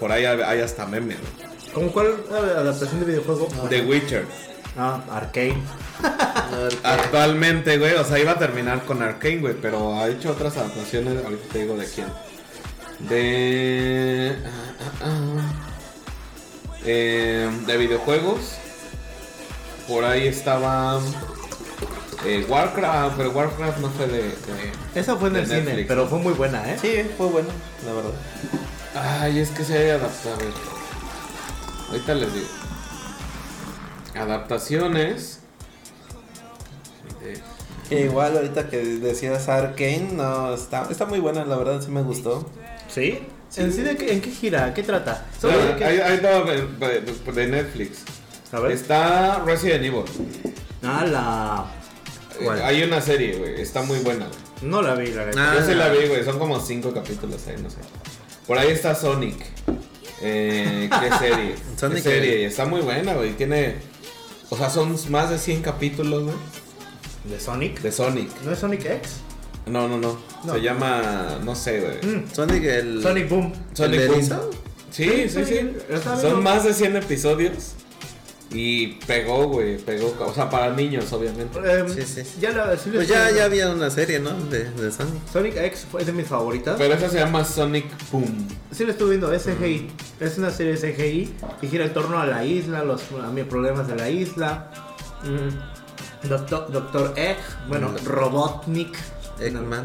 Speaker 1: Por ahí hay hay hasta memes. ¿no? Ah.
Speaker 2: ¿Con cuál adaptación de videojuego?
Speaker 1: The Witcher.
Speaker 2: Ah, Arcane.
Speaker 1: Actualmente, güey, o sea, iba a terminar con Arkane, güey, pero ha hecho otras adaptaciones, ahorita te digo de quién. De... ah, ah, ah. Eh, de videojuegos. Por ahí estaba... eh, Warcraft, pero Warcraft no fue de... de-
Speaker 2: Esa fue en
Speaker 1: De
Speaker 2: el cine,
Speaker 1: Netflix.
Speaker 2: pero fue muy buena, ¿eh?
Speaker 3: Sí, fue bueno, la verdad.
Speaker 1: Ay, es que se hay adaptar. Ahorita les digo. Adaptaciones. De-
Speaker 3: Que igual ahorita que decías Arkane, no, está, está muy buena, la verdad sí me gustó.
Speaker 2: ¿Sí? ¿En sí de qué- en qué gira? ¿Qué trata? Solo
Speaker 1: Ah,
Speaker 2: sé que-
Speaker 1: Ahí ahí estaba de de- pues, de Netflix.
Speaker 2: A ver.
Speaker 1: este. Está Resident Evil.
Speaker 2: Ah, la. ¿Cuál?
Speaker 1: Hay una serie, güey. Está muy buena. güey.
Speaker 2: No la vi, la neta.
Speaker 3: Ah.
Speaker 1: Yo sí la vi, güey. Son como cinco capítulos ahí, no sé. Por ahí está Sonic. Eh, ¿Qué serie?
Speaker 3: Sonic,
Speaker 1: ¿Qué serie? Y Está muy buena, güey. Tiene. O sea, son más de 100 capítulos, güey.
Speaker 2: ¿De Sonic?
Speaker 1: De Sonic.
Speaker 2: ¿No es Sonic X?
Speaker 1: No, no, no.
Speaker 2: No.
Speaker 1: Se llama. No sé, güey.
Speaker 2: Mm,
Speaker 3: Sonic el...
Speaker 2: Sonic Boom.
Speaker 1: Sonic
Speaker 3: ¿El de
Speaker 1: Boom.
Speaker 3: erizo?
Speaker 1: Sí, sí,
Speaker 2: Sí,
Speaker 1: sí.
Speaker 2: está bien.
Speaker 1: Son más de 100 episodios. Y pegó, güey. Pegó. O sea, para niños, obviamente.
Speaker 2: Em,
Speaker 3: Sí, sí, sí.
Speaker 2: Ya la. sí les-
Speaker 3: Pues ya, ya había una serie, ¿no? De, de Sonic.
Speaker 2: Sonic X fue es de mis favoritas.
Speaker 1: Pero esa se llama Sonic Boom.
Speaker 2: Sí, la estuve viendo, es CGI.
Speaker 3: Mm.
Speaker 2: Es una serie de CGI que gira en torno a la isla, los a mis problemas de la isla. Mm, Doctor, Doctor Egg, bueno,
Speaker 3: Mm.
Speaker 2: Robotnik.
Speaker 3: Eggman.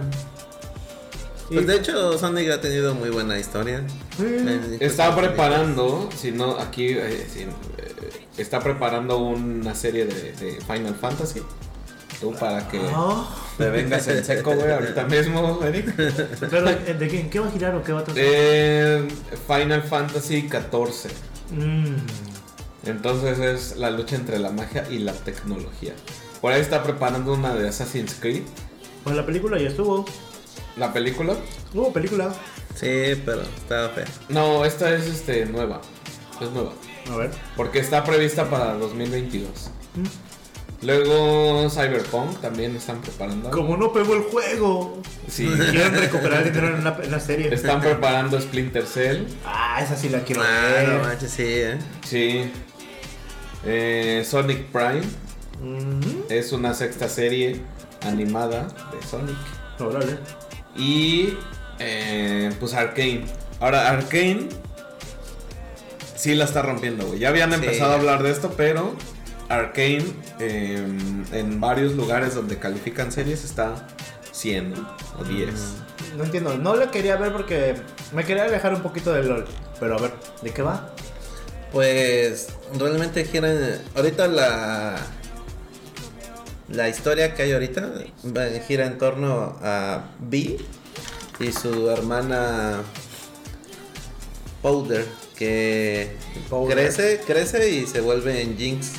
Speaker 2: Y-
Speaker 3: Pues de hecho, Sonic ha tenido muy buena historia.
Speaker 2: Sí.
Speaker 3: En-
Speaker 1: Está
Speaker 3: pues,
Speaker 1: preparando, si no, aquí, eh, si- eh, está preparando una serie de, de Final Fantasy. Tú para que
Speaker 2: Ah,
Speaker 1: te vengas en seco, güey, ahorita mismo, Eric.
Speaker 2: pero ¿de, de qué, en qué va a girar o qué va a tratar?
Speaker 1: Eh, Final Fantasy 14.
Speaker 2: Mm,
Speaker 1: Entonces es la lucha entre la magia y la tecnología. Por ahí está preparando una de Assassin's Creed,
Speaker 2: pues la película ya estuvo.
Speaker 1: la película.
Speaker 2: Hubo película.
Speaker 3: Sí, pero estaba fea.
Speaker 1: No, esta es este nueva. Es nueva.
Speaker 2: A ver.
Speaker 1: Porque está prevista para 2022.
Speaker 2: Mm.
Speaker 1: Luego Cyberpunk también están
Speaker 3: Ah.
Speaker 1: preparando.
Speaker 2: Como no pegó el juego.
Speaker 1: Sí.
Speaker 2: Quieren recuperar el dinero en una, en la serie.
Speaker 1: Están preparando Splinter Cell.
Speaker 2: Ah, esa sí la quiero
Speaker 3: Ah, no
Speaker 2: ver.
Speaker 3: manches, sí, ¿eh?
Speaker 1: Sí. Eh, Sonic Prime
Speaker 3: eh.
Speaker 2: Mm,
Speaker 1: es una sexta serie animada de Sonic.
Speaker 2: Órale.
Speaker 1: Y eh, pues Arkane. Ahora, Arkane sí la está rompiendo, güey. Ya habían
Speaker 3: Sí.
Speaker 1: empezado a hablar de esto, pero Arkane eh, en varios lugares donde califican series está 100 ¿no? o 10.
Speaker 2: No entiendo, no la quería ver porque me quería alejar un poquito del LOL. Pero a ver, ¿de qué va?
Speaker 3: Pues realmente giran. Ahorita la. La historia que hay ahorita va- gira en torno a Vi y su hermana Powder, que
Speaker 2: Powder.
Speaker 3: crece, crece y se vuelve en Jinx.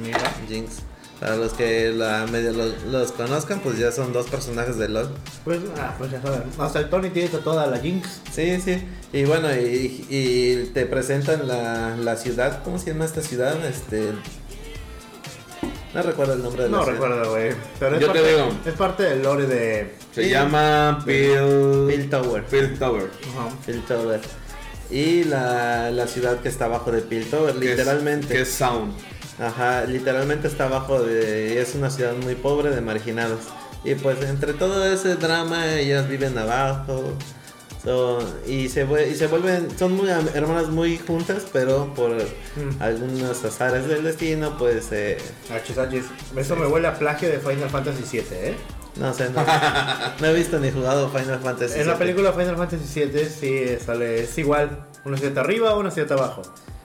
Speaker 2: Mira.
Speaker 3: Jinx. Para los que la medio lo- los, conozcan, pues ya son dos personajes de LOL.
Speaker 2: Pues, ah, pues ya saben. Hasta el Tony tiene toda la Jinx.
Speaker 3: Sí, sí. Y bueno, y, y te presentan la, la ciudad. ¿Cómo se llama esta ciudad? Este. No recuerdo el nombre de la
Speaker 2: No
Speaker 3: ciudad.
Speaker 2: recuerdo, güey. Pero es,
Speaker 1: Yo te
Speaker 2: parte,
Speaker 1: digo.
Speaker 2: es parte del lore de.
Speaker 1: Se
Speaker 3: Sí.
Speaker 1: llama Bill...
Speaker 3: Pill Tower.
Speaker 1: Phil Tower.
Speaker 2: Ajá.
Speaker 3: Pill Tower. Y la, la ciudad que está abajo de Pill Tower,
Speaker 1: que es-
Speaker 3: literalmente.
Speaker 1: Que es Sound.
Speaker 3: Ajá, literalmente está abajo de. Es una ciudad muy pobre de marginados. Y pues entre todo ese drama, ellas viven abajo. son- y, se, vue- y se vuelven. Son muy am- hermanas muy juntas, pero por
Speaker 2: Mm.
Speaker 3: algunos azares del destino, pues. eh,
Speaker 2: Hachis, hachis. Eso me huele a plagio de Final Fantasy VII, ¿eh?
Speaker 3: no sé, no, no he visto ni jugado Final Fantasy.
Speaker 2: en la
Speaker 3: VII.
Speaker 2: película Final Fantasy VII sí sale. Es igual. Una siete arriba, una siete abajo.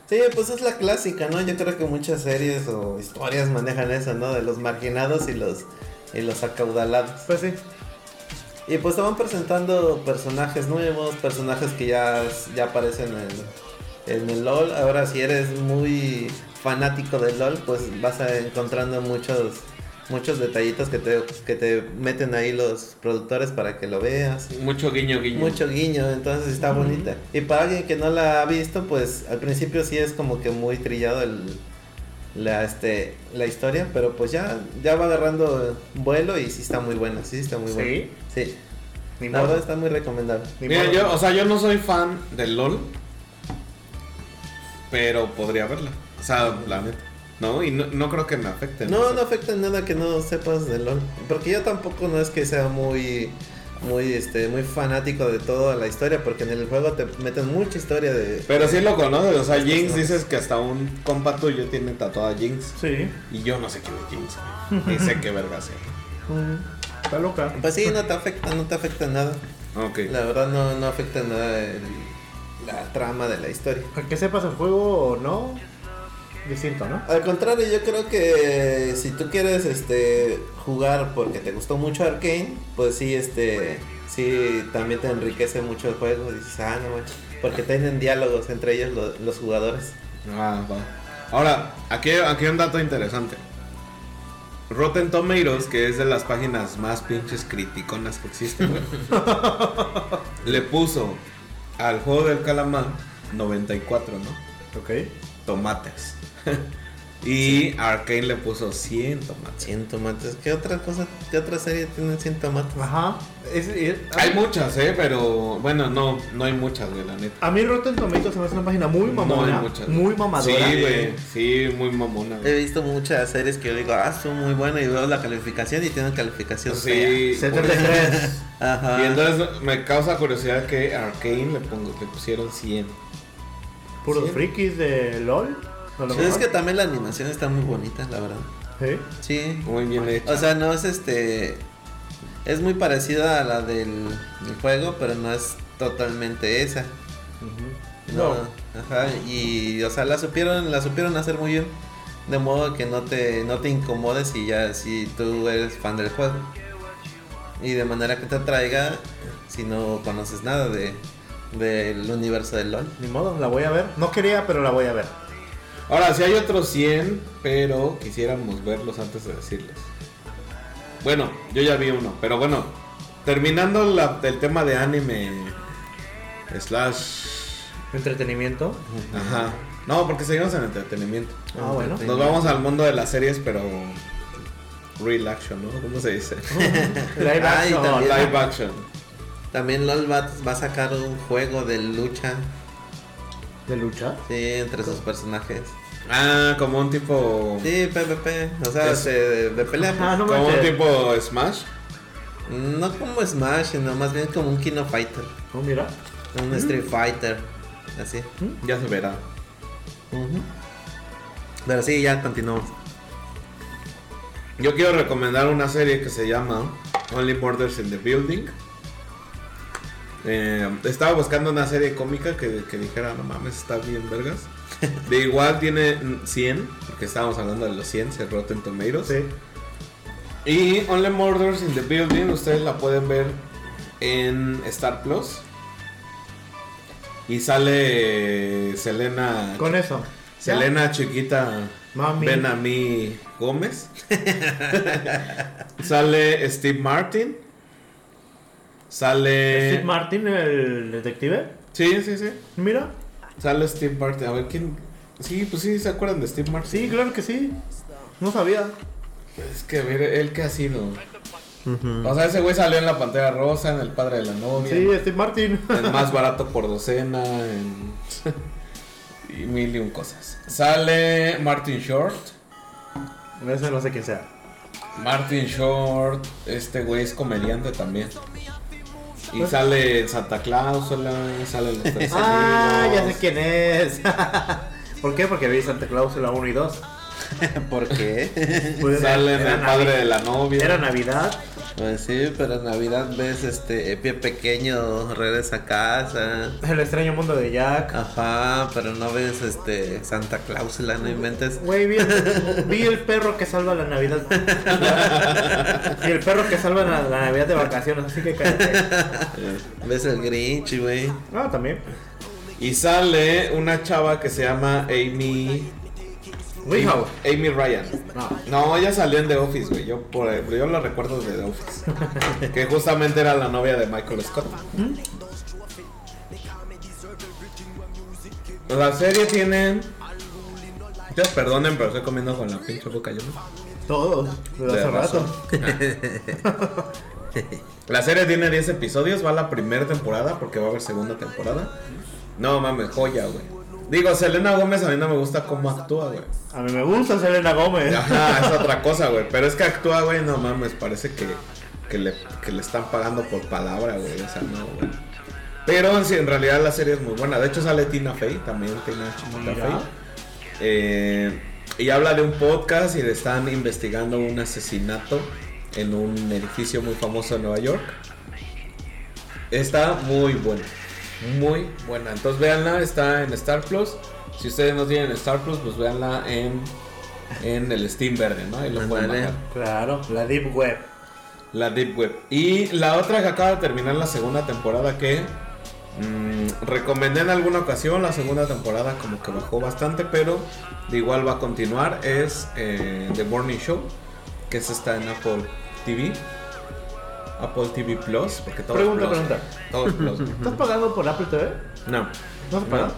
Speaker 3: Sí, pues es la clásica, ¿no? Yo creo que muchas series o historias manejan eso, ¿no? De los marginados y los, y los acaudalados.
Speaker 2: Pues sí.
Speaker 3: Y pues te van presentando personajes nuevos, personajes que ya, ya aparecen en, en el LOL. Ahora si eres muy fanático del LOL, pues vas a- encontrando muchos muchos detallitos que te, que te meten ahí los productores para que lo veas.
Speaker 1: Mucho guiño, guiño.
Speaker 3: Mucho guiño, entonces está bonita. Y para alguien que no la ha visto, pues al principio sí es como que muy trillado el, la, este, la historia, pero pues ya, ya va agarrando vuelo y sí está muy buena, sí está muy
Speaker 2: ¿Sí?
Speaker 3: buena. Sí.
Speaker 2: Ni
Speaker 3: La verdad
Speaker 2: modo.
Speaker 3: está muy recomendable.
Speaker 2: Ni
Speaker 1: Mira,
Speaker 2: modo.
Speaker 1: yo, o sea, yo no soy fan del LOL. Pero podría verla. O sea, la neta. No, y no, no creo que me afecte.
Speaker 3: No, no afecta en nada que no sepas de LOL. Porque yo tampoco no es que sea muy muy este muy fanático de toda la historia porque en el juego te meten mucha historia de
Speaker 1: Pero sí lo conoces, o sea, Jinx dices que hasta un compa tuyo tiene tatuada Jinx.
Speaker 2: Sí.
Speaker 1: Y yo no sé quién es Jinx. güey. Ni sé qué verga sea.
Speaker 2: Mm, Está loca.
Speaker 3: pues sí no te afecta no te afecta en nada
Speaker 1: Ok.
Speaker 3: la verdad no, no afecta en nada el- la trama de la historia
Speaker 2: Que sepas el juego o no, distinto, ¿no?
Speaker 3: Al contrario, yo creo que si tú quieres este jugar porque te gustó mucho Arkane, pues sí, este, sí, también te enriquece mucho el juego. Dices, ah, no manches", porque tienen diálogos entre ellos lo- los, jugadores.
Speaker 1: Ah, va. Ahora, aquí, aquí hay un dato interesante. Rotten Tomatoes, que es de las páginas más pinches criticonas que existen, güey, le puso al juego del calamar 94, ¿no?
Speaker 2: Ok.
Speaker 1: Tomates. y Arkane le puso 100 tomates.
Speaker 3: 100 tomates. ¿Qué otra cosa, qué otra serie tiene 100 tomates?
Speaker 2: Ajá. Es- es-
Speaker 1: Hay muchas, ¿eh? Pero bueno, no, no hay muchas, güey, la neta.
Speaker 2: a mí Rotten Tomatoes se me hace una página muy mamona,
Speaker 1: No hay muchas.
Speaker 2: muy mamadora. Eh,
Speaker 1: Sí, güey. Sí, muy mamona.
Speaker 3: He
Speaker 1: güey.
Speaker 3: visto muchas series que yo digo, ah, son muy buenas y veo la calificación y tienen calificación
Speaker 1: Sí.
Speaker 2: 73.
Speaker 3: fea. Ajá.
Speaker 1: Y entonces me causa curiosidad que Arkane le, pongo, le pusieron 100.
Speaker 2: Puros
Speaker 1: Sí.
Speaker 2: frikis de LOL. a lo
Speaker 3: Sí, es
Speaker 2: mejor.
Speaker 3: que también la animación está muy bonita, la verdad.
Speaker 2: Sí.
Speaker 3: Sí,
Speaker 1: Muy bien hecho.
Speaker 3: O sea, no es este. Es muy parecida a la del, del juego, pero no es totalmente esa.
Speaker 2: Ujú.
Speaker 3: No.
Speaker 2: No.
Speaker 3: Ajá. Y, o sea, la supieron, la supieron hacer muy bien. De modo que no te, no te incomodes y ya si tú eres fan del juego. Y de manera que te atraiga si no conoces nada de, del universo del LOL.
Speaker 2: Ni modo, la voy a ver. No quería, pero la voy a ver.
Speaker 1: Ahora, sí hay otros 100, pero quisiéramos verlos antes de decirles. Bueno, yo ya vi uno, pero bueno, terminando la- el tema de anime slash...
Speaker 2: Entretenimiento.
Speaker 1: Ajá. No, porque seguimos en entretenimiento.
Speaker 2: Ah, bueno.
Speaker 1: Nos vamos al mundo de las series, pero... Real action, ¿no? ¿Cómo se dice?
Speaker 2: Live
Speaker 3: Ah, y
Speaker 2: action.
Speaker 3: también-
Speaker 1: Live action.
Speaker 3: También LOL va, va a sacar un juego de lucha
Speaker 2: ¿De lucha?
Speaker 3: sí, entre sus personajes.
Speaker 1: Ah, como un tipo...
Speaker 3: Sí, PvP, o sea,
Speaker 1: Es-
Speaker 3: se- de, pelea.
Speaker 2: Ajá,
Speaker 3: pues.
Speaker 2: Ah, no
Speaker 1: Como un
Speaker 2: manches.
Speaker 1: tipo Smash.
Speaker 3: no. como Smash, sino más bien como un Kino Fighter,
Speaker 2: Oh, mira.
Speaker 3: un Street Fighter, así.
Speaker 1: Ya se verá.
Speaker 3: Pero sí, ya continuamos.
Speaker 1: Yo quiero recomendar una serie que se llama Only Murders in the Building. Eh, estaba buscando una serie cómica que, que dijera, no mames, está bien, vergas. De igual tiene mm, 100, porque estábamos hablando de los 100, se Rotten Tomatoes.
Speaker 2: Sí.
Speaker 1: Y Only Murders in the Building, ustedes la pueden ver en Star Plus. Y sale Selena,
Speaker 2: Con eso.
Speaker 1: Selena chiquita
Speaker 2: Mami.
Speaker 1: Ven a mí Gómez. sale Steve Martin. Sale.
Speaker 2: Steve Martin, el detective.
Speaker 1: Sí, sí, sí.
Speaker 2: Mira.
Speaker 1: Sale Steve Martin. A ver quién. Sí, pues sí, ¿se acuerdan de Steve Martin?
Speaker 2: Sí, claro que sí. No sabía.
Speaker 1: Es que a ver, él que ha sido. O sea, ese güey salió en La Pantera Rosa, en El Padre de la Novia.
Speaker 2: Sí, Steve Martin.
Speaker 1: En Más Barato por Docena, en. y mil y un cosas. Sale Martin Short.
Speaker 2: Ese no sé quién sea.
Speaker 1: Martin Short, este güey es comediante también. Y
Speaker 2: Pues-
Speaker 1: sale Santa Clausula, sale los tres
Speaker 2: Ah, ya
Speaker 1: amigos.
Speaker 2: sé quién es. ¿Por qué? Porque vi Santa Claus en la 1 y 2.
Speaker 3: ¿Por qué?
Speaker 2: Pues
Speaker 1: Sale en
Speaker 2: era
Speaker 1: el padre
Speaker 2: Navidad.
Speaker 1: de la novia.
Speaker 2: Era Navidad.
Speaker 3: pues sí, pero en Navidad ves este pie pequeño, regresa a casa.
Speaker 2: El extraño mundo de Jack.
Speaker 3: Ajá, pero no ves este Santa Clausula, no inventes.
Speaker 2: Güey, vi, el- vi el perro que salva la Navidad. Y el perro que salva la, la Navidad de vacaciones, así que cállate.
Speaker 3: Ves el Grinch, güey.
Speaker 2: Ah, también.
Speaker 1: Y sale una chava que se llama Amy.
Speaker 2: Rehab.
Speaker 1: Amy Ryan.
Speaker 2: No.
Speaker 1: No, ella salió en The Office, güey. Yo, por, yo la recuerdo de The Office. que justamente era la novia de Michael Scott. La serie tiene. Ya perdonen, pero estoy comiendo con la pinche boca yo. ¿no?
Speaker 2: Todos. Desde hace
Speaker 1: Tienes
Speaker 2: rato.
Speaker 1: razón. la serie tiene 10 episodios. Va la primera temporada porque va a haber segunda temporada. No mames, joya, güey. Digo, Selena Gómez a mí no me gusta cómo actúa, güey.
Speaker 2: A mí me gusta Selena Gómez.
Speaker 1: Ajá, es otra cosa, güey. Pero es que actúa, güey, no mames, parece que, que, le, que le están pagando por palabra, güey. O sea, no, güey. Pero sí, en realidad la serie es muy buena. De hecho sale Tina Fey, también Tina Chimota
Speaker 2: Mira.
Speaker 1: Fey. Eh, y habla de un podcast y le están investigando un asesinato en un edificio muy famoso de Nueva York. Está muy buena. Muy buena. Entonces véanla, está en Star Plus. Si ustedes no tienen Star Plus, pues véanla en, en el Steam Verde, ¿no? Ahí lo pueden
Speaker 3: Ándale.
Speaker 1: bajar.
Speaker 2: Claro, la Deep Web.
Speaker 1: La Deep Web. Y la otra que acaba de terminar la segunda temporada que mm, recomendé en alguna ocasión. La segunda temporada como que bajó bastante, pero de igual va a continuar. Es eh, The Morning Show, que se está en Apple TV. Apple TV Plus, porque todo es
Speaker 2: Pregunta,
Speaker 1: Plus,
Speaker 2: pregunta.
Speaker 1: Todo es Plus.
Speaker 2: ¿Estás pagando por Apple TV?
Speaker 1: No.
Speaker 2: ¿No se paga?
Speaker 1: No.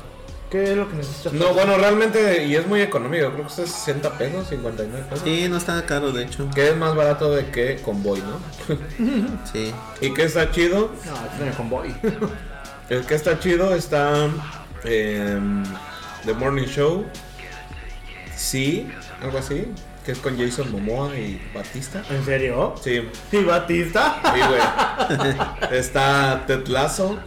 Speaker 2: ¿Qué es lo que necesitas?
Speaker 1: No, bueno, realmente, y es muy económico, creo que está 60 pesos, 59 pesos.
Speaker 3: Sí, no está caro, de hecho.
Speaker 1: Que es más barato de que Convoy, ¿no?
Speaker 3: Sí.
Speaker 1: y que está chido,
Speaker 2: No, es en el convoy.
Speaker 1: El que está chido está em, The Morning Show. Sí, algo así. Que es con Jason Momoa y Batista.
Speaker 2: ¿En serio?
Speaker 1: Sí,
Speaker 2: ¿Y Batista?
Speaker 1: sí, güey. está Ted Lasso.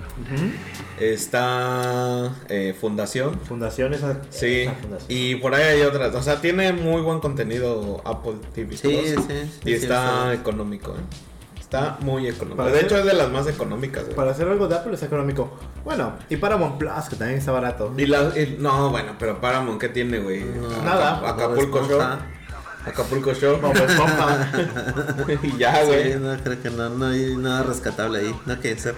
Speaker 1: Está eh, Fundación.
Speaker 2: Fundación esa.
Speaker 1: Sí,
Speaker 2: ah, esa fundación.
Speaker 1: y por ahí hay otras. O sea, tiene muy buen contenido Apple TV.
Speaker 3: Sí,
Speaker 1: Plus.
Speaker 3: sí, sí,
Speaker 1: Y
Speaker 3: sí,
Speaker 1: está
Speaker 3: sí.
Speaker 1: económico, ¿eh? Está muy económico.
Speaker 2: Para
Speaker 1: De
Speaker 2: ser-
Speaker 1: hecho, es de las más económicas, güey.
Speaker 2: Para hacer algo de Apple es económico. Bueno, y para OnePlus, que también está barato.
Speaker 1: Y la- y- no, bueno, pero Paramount, ¿qué tiene, güey?
Speaker 2: Nada.
Speaker 1: Aca- Acapulco
Speaker 3: Bob
Speaker 1: Show.
Speaker 3: Esponja.
Speaker 1: Acapulco Show.
Speaker 2: Bob Esponja.
Speaker 1: y ya,
Speaker 3: Sí,
Speaker 1: güey.
Speaker 3: no, creo que no, no hay nada rescatable ahí. No que ser.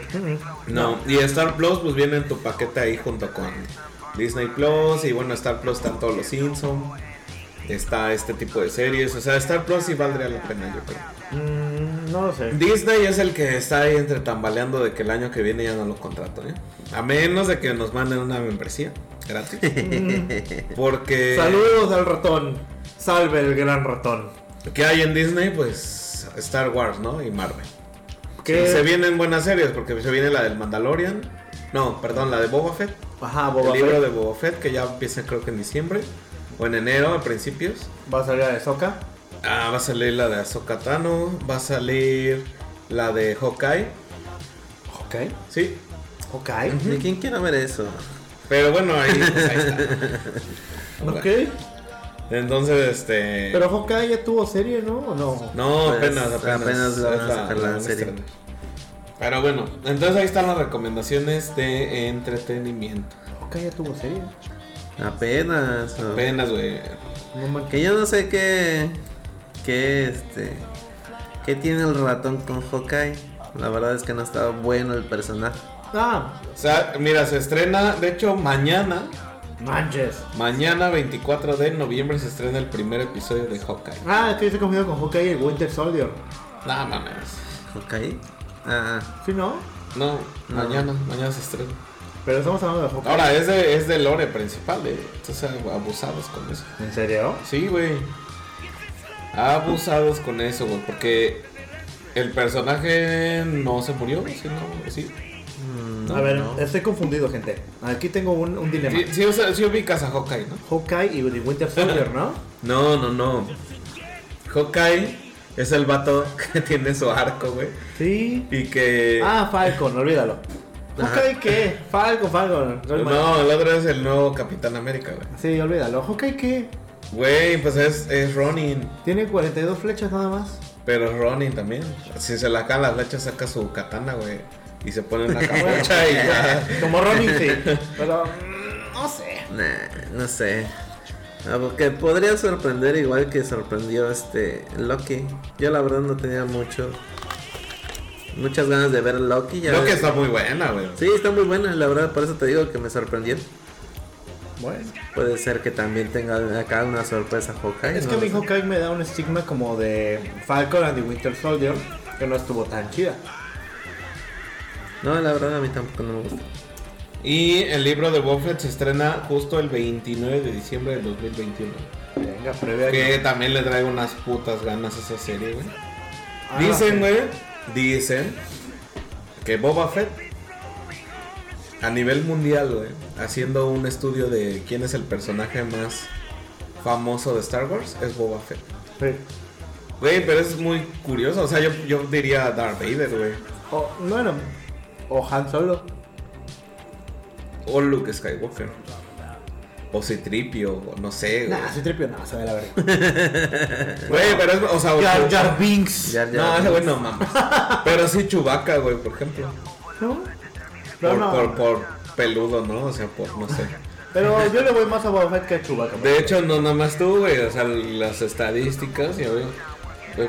Speaker 1: No, y Star Plus, pues viene en tu paquete ahí junto con Disney Plus. Y bueno, Star Plus están todos los Simpsons. Está este tipo de series. O sea, Star Plus sí valdría la pena, yo creo.
Speaker 2: Mm, no lo sé.
Speaker 1: Disney es el que está ahí entre tambaleando de que el año que viene ya no lo contrato, ¿eh? A menos de que nos manden una membresía gratis. Porque.
Speaker 2: Saludos al ratón. Salve el gran ratón.
Speaker 1: ¿Qué hay en Disney? Pues Star Wars, ¿no? Y Marvel.
Speaker 2: Que
Speaker 1: Y se vienen buenas series, porque se viene la del Mandalorian. No, perdón, la de Boba Fett.
Speaker 2: Ajá,
Speaker 1: el
Speaker 2: Boba
Speaker 1: libro
Speaker 2: Fett.
Speaker 1: de Boba Fett, que ya empieza creo que en diciembre. O en enero, a principios.
Speaker 2: Va a salir a Soca.
Speaker 1: Ah, va a salir la de Ahsoka Tano. Va a salir la de Hawkeye.
Speaker 2: Ok.
Speaker 1: Sí.
Speaker 2: Ok.
Speaker 3: ¿De quién quiero ver eso?
Speaker 1: Pero bueno, ahí, pues, ahí está.
Speaker 2: Ok.
Speaker 1: Entonces, este...
Speaker 2: Pero Hawkeye ya tuvo serie, ¿no? ¿O no?
Speaker 1: No,
Speaker 3: Pues,
Speaker 1: apenas, apenas.
Speaker 3: apenas la van a
Speaker 1: esa-
Speaker 3: sacar la
Speaker 1: van a
Speaker 3: serie.
Speaker 1: estrenar. Pero bueno, entonces ahí están las recomendaciones de entretenimiento.
Speaker 2: Hawkeye ya tuvo serie.
Speaker 3: Apenas. o-
Speaker 1: Apenas, güey.
Speaker 2: No manches.
Speaker 3: Que yo no sé qué. qué este. qué tiene el ratón con Hawkeye. La verdad es que no estaba bueno el personaje.
Speaker 2: Ah,
Speaker 1: O sea, mira, se estrena, de hecho, mañana.
Speaker 2: manches.
Speaker 1: Mañana, 24 de noviembre, se estrena el primer episodio de Hawkeye.
Speaker 2: Ah, es que yo estoy confundido con Hawkeye y el Winter Soldier.
Speaker 1: No mames.
Speaker 3: ¿Hawkeye? Ah,
Speaker 2: ¿Sí, no?
Speaker 1: No,
Speaker 3: No.
Speaker 1: mañana, mañana se estrena.
Speaker 2: Pero estamos hablando de Hawkeye.
Speaker 1: Ahora, es de, es de lore principal, eh. Entonces, abusados con eso.
Speaker 2: ¿En serio?
Speaker 1: Sí, güey. Abusados con eso, güey. Porque el personaje no se murió, ¿sí? No, sí.
Speaker 2: a ver, estoy confundido, gente. Aquí tengo un, un dilema.
Speaker 1: Sí, sí, o sea, sí ubicas a Hawkeye, ¿no?
Speaker 2: Hawkeye y The Winter Soldier, ¿no?
Speaker 1: No, no, no. Hawkeye es el vato que tiene su arco, güey.
Speaker 2: Sí.
Speaker 1: Y que.
Speaker 2: Ah, Falcon, olvídalo. ¿Hawkeye qué? Falcon, Falcon.
Speaker 1: no, el otro es el nuevo Capitán América, güey.
Speaker 2: Sí, olvídalo. ¿Hawkeye qué?
Speaker 1: Güey, pues es, es Ronin.
Speaker 2: Tiene 42 flechas nada más.
Speaker 1: Pero Ronin también. Si se la caen las flechas, saca su katana, güey. Y se pone en la capucha y ya.
Speaker 2: Como Robin, sí. Pero. mm, No sé.
Speaker 3: nah, no sé. Algo que podría sorprender igual que sorprendió este Loki. Yo la verdad no tenía mucho. Muchas ganas de ver Loki. ya
Speaker 1: Creo que
Speaker 3: ves-
Speaker 1: está muy buena, güey.
Speaker 3: Sí, está muy buena, la verdad, por eso te digo que me sorprendió.
Speaker 2: Bueno.
Speaker 3: Puede ser que también tenga acá una sorpresa Hawkeye.
Speaker 2: Es
Speaker 3: no
Speaker 2: que
Speaker 3: lo
Speaker 2: mi
Speaker 3: sé.
Speaker 2: Hawkeye me da un estigma como de Falcon and the Winter Soldier, que no estuvo tan chida.
Speaker 3: No, la verdad a mí tampoco no me gusta.
Speaker 1: Y el libro de Buffett se estrena justo el 29 de diciembre del 2021.
Speaker 2: Venga, previa
Speaker 1: Que también le traigo unas putas ganas a esa serie, güey.
Speaker 2: Ah,
Speaker 1: Dicen,
Speaker 2: sí.
Speaker 1: güey, dicen que Boba Fett a nivel mundial, güey, haciendo un estudio de quién es el personaje más famoso de Star Wars, es Boba Fett.
Speaker 2: Sí.
Speaker 1: Güey, pero es muy curioso. O sea, yo, yo diría Darth Vader, güey.
Speaker 2: O, bueno, o Han Solo.
Speaker 1: O Luke Skywalker. O Citripio, o no sé, güey.
Speaker 2: Nah, soy tripio, no, se ve la verga.
Speaker 1: Güey, pero es, o sea,
Speaker 2: Jar
Speaker 1: o-
Speaker 2: Jar Binks.
Speaker 3: Jar Jar
Speaker 1: No, ese
Speaker 3: Binks.
Speaker 1: güey no mames. Pero sí Chewbacca, güey, por ejemplo.
Speaker 2: No,
Speaker 1: Por,
Speaker 2: pero no.
Speaker 1: por, por peludo, ¿no? O sea, por, no sé.
Speaker 2: Pero yo le voy más a Boba Fett que a Chewbacca.
Speaker 1: De hecho, no nada más tú, güey. O sea, las estadísticas, ya veo. Güey, pues,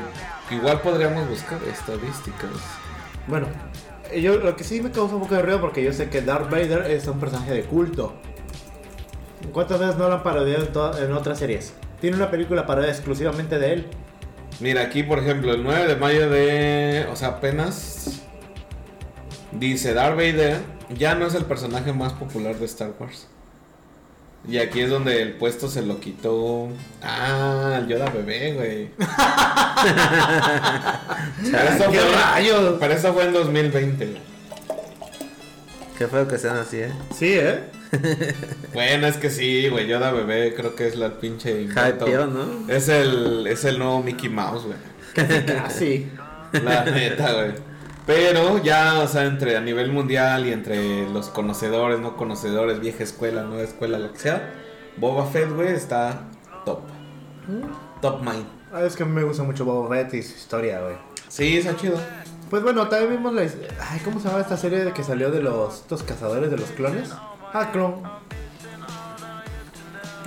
Speaker 1: Igual podríamos buscar estadísticas.
Speaker 2: Bueno, eh, yo lo que sí me causa un poco de ruido porque yo sé que Darth Vader es un personaje de culto. ¿Cuántas veces no lo han parodiado en, toda- en otras series? Tiene una película parodia exclusivamente de él.
Speaker 1: Mira, aquí, por ejemplo, el 9 de mayo de... O sea, apenas... Dice, Darth Vader ya no es el personaje más popular de Star Wars. Y aquí es donde el puesto se lo quitó... Ah, el Yoda bebé, güey. Pero eso
Speaker 3: ¡Qué
Speaker 1: fue-
Speaker 3: rayos!
Speaker 1: Pero eso fue en 2020. güey.
Speaker 3: Qué feo que sean así, eh.
Speaker 2: Sí, ¿eh?
Speaker 1: Bueno, es que sí, güey. Yoda bebé creo que es la pinche... invento.
Speaker 3: Hypeo, ¿no?
Speaker 1: Es el, es el nuevo Mickey Mouse, güey.
Speaker 2: Casi.
Speaker 1: La neta, güey. Pero ya, o sea, entre a nivel mundial y entre los conocedores, no conocedores, vieja escuela, nueva escuela, lo que sea, Boba Fett, güey, está top. Top mind.
Speaker 2: Ah, es que a mí me gusta mucho Boba Fett y su historia, güey.
Speaker 1: Sí, está chido.
Speaker 2: Pues bueno, también vimos la... his- Ay, ¿cómo se llama esta serie de que salió de los... Estos cazadores de los clones? Ah, clon.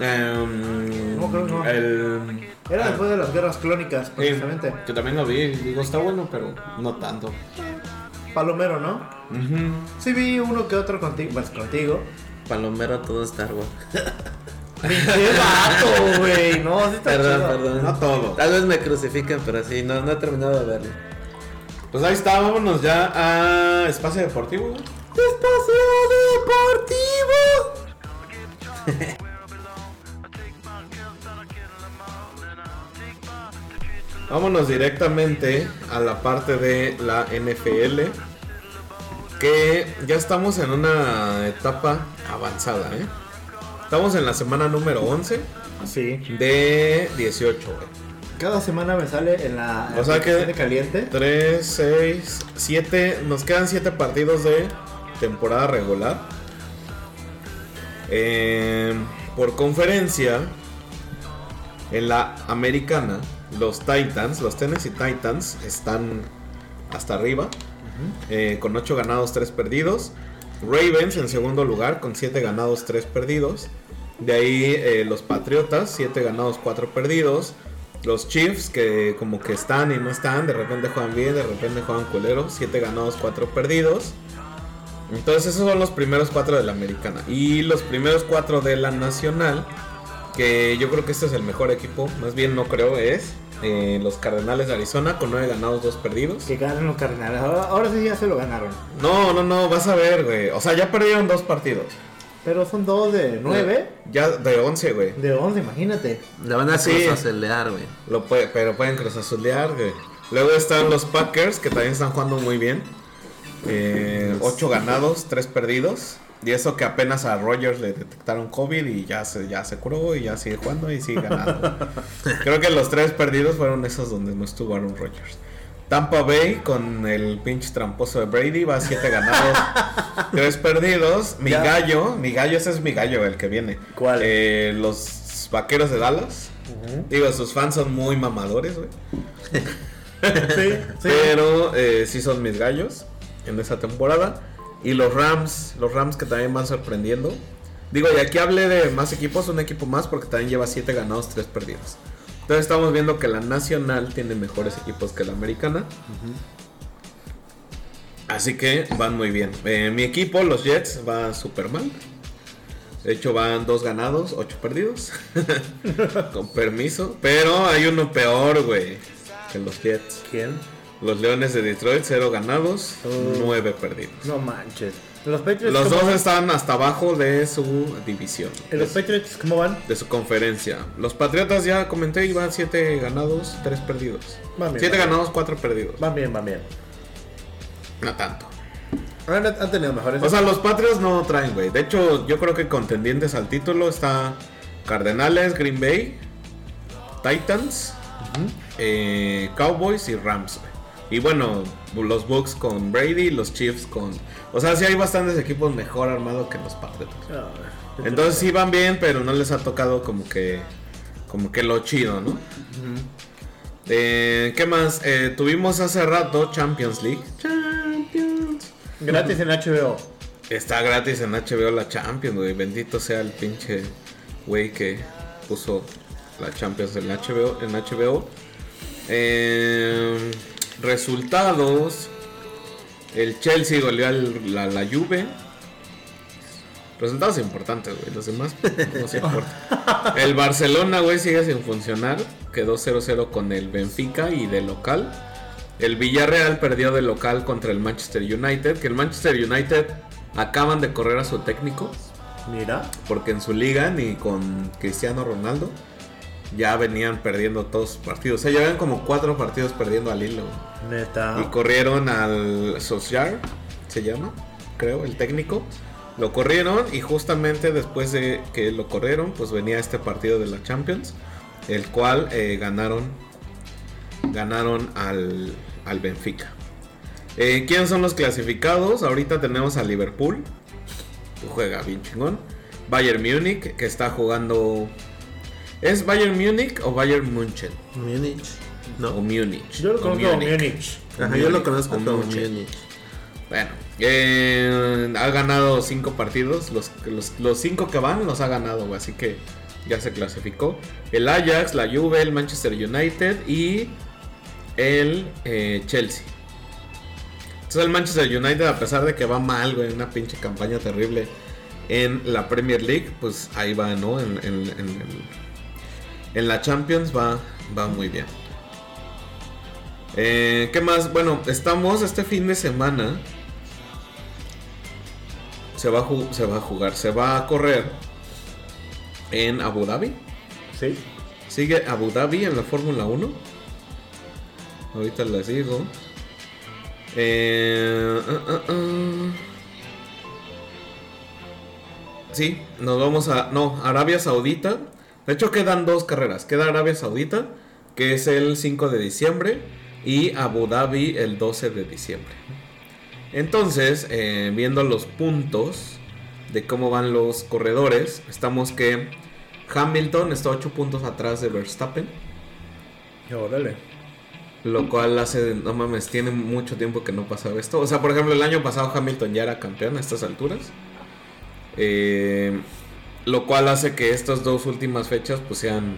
Speaker 1: Em,
Speaker 2: No, creo que no.
Speaker 1: el-
Speaker 2: Era después de las guerras clónicas,
Speaker 1: Sí,
Speaker 2: precisamente.
Speaker 1: que también lo vi, digo, está bueno, pero no tanto.
Speaker 2: Palomero, ¿no?
Speaker 1: Ujú.
Speaker 2: Sí vi uno que otro contigo. Pues contigo.
Speaker 3: Palomero todo Star Wars.
Speaker 2: ¡Qué vato, güey! No, sí está
Speaker 3: Perdón,
Speaker 2: chido.
Speaker 3: perdón.
Speaker 1: No todo.
Speaker 3: Tal vez me crucifiquen, pero sí, no, no he terminado de verlo.
Speaker 1: Pues ahí está, vámonos ya a Espacio Deportivo. güey.
Speaker 3: Espacio Deportivo.
Speaker 1: Vámonos directamente a la parte de la NFL. Que ya estamos en una etapa avanzada, ¿eh? Estamos en la semana número 11
Speaker 2: Sí.
Speaker 1: de 18, güey.
Speaker 2: Cada semana me sale en la...
Speaker 1: O sea que-
Speaker 2: de caliente.
Speaker 1: 3, 6, 7. Nos quedan 7 partidos de temporada regular. Eh, por conferencia, en la americana, los Titans, los Tennessee Titans, están hasta arriba. eh, con 8 ganados, 3 perdidos. Ravens en segundo lugar con 7 ganados, 3 perdidos. De ahí eh, los Patriotas, 7 ganados, 4 perdidos. Los Chiefs que como que están y no están, de repente juegan bien, de repente juegan culeros, 7 ganados, 4 perdidos. Entonces esos son los primeros 4 de la americana. Y los primeros 4 de la nacional, que yo creo que este es el mejor equipo, más bien no creo, es eh, los Cardenales de Arizona con 9 ganados, 2 perdidos.
Speaker 2: Que ganan los cardenales. Ahora, ahora sí ya se lo ganaron.
Speaker 1: No, no, no, vas a ver, güey. O sea, ya perdieron dos partidos.
Speaker 2: Pero son dos de nueve.
Speaker 1: Ya de 11, güey.
Speaker 2: De once, imagínate.
Speaker 3: Le van a
Speaker 1: Sí.
Speaker 3: cruzacelear, güey.
Speaker 1: Lo puede, pero pueden cruzazulear, güey. Luego están los Packers, que también están jugando muy bien. Eh, ocho ganados, tres perdidos. Y eso que apenas a Rogers le detectaron COVID y ya se, ya se curó y ya sigue jugando y sigue ganando. Creo que los tres perdidos fueron esos donde no estuvo Aaron Rodgers. Tampa Bay con el pinche tramposo de Brady va 7 ganados, 3 perdidos. Mi
Speaker 2: Ya.
Speaker 1: gallo, mi gallo, ese es mi gallo, el que viene.
Speaker 2: ¿Cuál?
Speaker 1: Eh, los vaqueros de Dallas. Digo, sus fans son muy mamadores, güey.
Speaker 2: Sí, sí.
Speaker 1: Pero eh, sí son mis gallos en esa temporada. Y los Rams, los Rams que también van sorprendiendo. Digo, y aquí hablé de más equipos, un equipo más, porque también lleva 7 ganados, 3 perdidos. Entonces estamos viendo que la nacional tiene mejores equipos que la americana. Así que van muy bien. Eh, mi equipo, los Jets, va súper mal. De hecho, van dos ganados, ocho perdidos. Con permiso. Pero hay uno peor, güey, que los Jets.
Speaker 2: ¿Quién?
Speaker 1: Los Leones de Detroit, 0 ganados,
Speaker 2: Oh.
Speaker 1: 9 perdidos.
Speaker 2: No manches. Los Patriots.
Speaker 1: Los
Speaker 2: ¿cómo
Speaker 1: dos
Speaker 2: van?
Speaker 1: están hasta abajo de su división,
Speaker 2: ¿Los Patriots cómo van?
Speaker 1: de su conferencia. Los Patriotas, ya comenté, iban 7 ganados, 3 perdidos.
Speaker 2: Van bien,
Speaker 1: 7
Speaker 2: van
Speaker 1: ganados, 4 perdidos.
Speaker 2: Van bien, van bien.
Speaker 1: No tanto.
Speaker 2: Han, han tenido mejores.
Speaker 1: O sea, los Patriots no traen, güey. De hecho, yo creo que contendientes al título está Cardenales, Green Bay, Titans, eh, Cowboys y Rams, güey. Y bueno, los Bucks con Brady, los Chiefs con... O sea, sí hay bastantes equipos mejor armados que los Patriots.
Speaker 2: Ah,
Speaker 1: Entonces sí van bien, pero no les ha tocado como que... Como que lo chido, ¿no? Eh, ¿Qué más? Eh, tuvimos hace rato Champions League.
Speaker 2: gratis en HBO.
Speaker 1: Está gratis en HBO la Champions, güey. Bendito sea el pinche güey que puso la Champions en HBO. En HBO. Eh, resultados. El Chelsea goleó al- la, la Juve. Resultados importantes, güey. Los demás no se importa. El Barcelona, güey, sigue sin funcionar. Quedó 0-0 con el Benfica y de local. El Villarreal perdió de local contra el Manchester United. Que el Manchester United acaban de correr a su técnico.
Speaker 2: Mira.
Speaker 1: Porque en su liga, ni con Cristiano Ronaldo, ya venían perdiendo todos sus partidos. O sea, llevan como cuatro partidos perdiendo al hilo. güey.
Speaker 2: Neta.
Speaker 1: Y corrieron al Solskjaer, se llama, creo, el técnico. Lo corrieron y justamente después de que lo corrieron, pues venía este partido de la Champions, el cual eh, ganaron, ganaron al, al Benfica. Eh, ¿Quién son los clasificados? Ahorita tenemos a Liverpool, que juega bien chingón. Bayern Múnich, que está jugando... ¿Es Bayern Múnich o Bayern München?
Speaker 3: Múnich.
Speaker 1: O
Speaker 3: No.
Speaker 1: Múnich.
Speaker 2: Yo
Speaker 1: o
Speaker 2: lo conozco como
Speaker 1: Múnich.
Speaker 2: Múnich.
Speaker 3: Ajá, yo lo
Speaker 1: Múnich,
Speaker 3: conozco
Speaker 1: o
Speaker 3: como
Speaker 1: Múnich.
Speaker 3: Múnich.
Speaker 1: Bueno, eh, ha ganado cinco partidos. Los, los, los cinco que van los ha ganado, güey, Así que ya se clasificó. El Ajax, la Juve, el Manchester United y el eh, Chelsea. Entonces el Manchester United, a pesar de que va mal, güey, una pinche campaña terrible en la Premier League, pues ahí va, ¿no? En, en- en- en- en la Champions va, va muy bien. Eh, ¿Qué más? Bueno, estamos este fin de semana. Se va, a ju- se va a jugar, se va a correr en Abu Dhabi.
Speaker 2: Sí.
Speaker 1: Sigue Abu Dhabi en la Fórmula 1. Ahorita les digo. Eh, ah, ah, ah. Sí, nos vamos a... No, Arabia Saudita. De hecho quedan dos carreras. Queda Arabia Saudita, que es el 5 de diciembre, y Abu Dhabi el 12 de diciembre. Entonces, eh, viendo los puntos de cómo van los corredores, estamos que Hamilton está 8 puntos atrás de Verstappen,
Speaker 2: Órale.
Speaker 1: lo cual hace, no mames, tiene mucho tiempo que no pasaba esto. O sea, por ejemplo, el año pasado Hamilton ya era campeón a estas alturas. Eh, lo cual hace que estas dos últimas fechas pues sean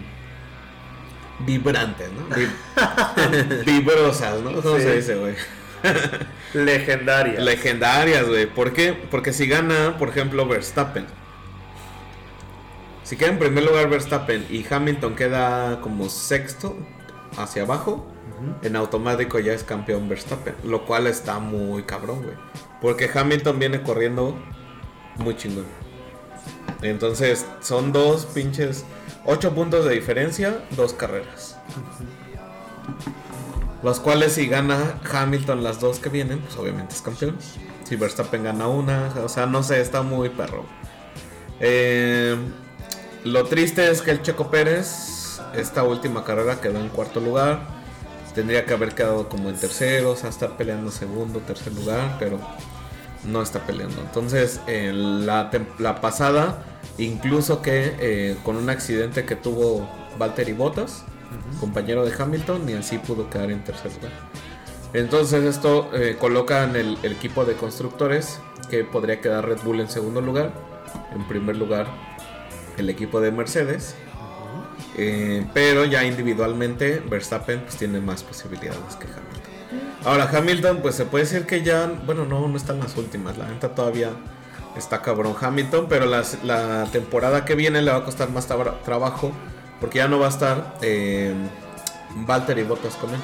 Speaker 1: vibrantes, ¿no? Vib- Vibrosas, ¿no? ¿Cómo
Speaker 2: Sí.
Speaker 1: se dice, güey?
Speaker 2: Legendaria.
Speaker 1: Legendarias, güey. ¿Por qué? Porque si gana, por ejemplo, Verstappen. Si queda en primer lugar Verstappen y Hamilton queda como sexto hacia abajo, en automático ya es campeón Verstappen. Lo cual está muy cabrón, güey. Porque Hamilton viene corriendo muy chingón. Entonces, son dos pinches. Ocho puntos de diferencia, dos carreras. Los cuales si gana Hamilton las dos que vienen, pues obviamente es campeón. Si Verstappen gana una, o sea, no sé, está muy perro. Eh, lo triste es que el Checo Pérez, esta última carrera quedó en cuarto lugar. Tendría que haber quedado como en tercero, o sea, estar peleando segundo, tercer lugar, pero no está peleando. Entonces, en la, tem- la pasada, incluso que eh, con un accidente que tuvo Valtteri Bottas, compañero de Hamilton, y así pudo quedar en tercer lugar. Entonces, esto eh, coloca en el, el equipo de constructores que podría quedar Red Bull en segundo lugar. En primer lugar, el equipo de Mercedes. Eh, pero ya individualmente Verstappen pues tiene más posibilidades que Hamilton. Ahora Hamilton pues se puede decir que ya, bueno no, no están las últimas, la venta todavía está cabrón Hamilton, pero las- la temporada que viene le va a costar más tabra- trabajo porque ya no va a estar eh, Valtteri Bottas con él.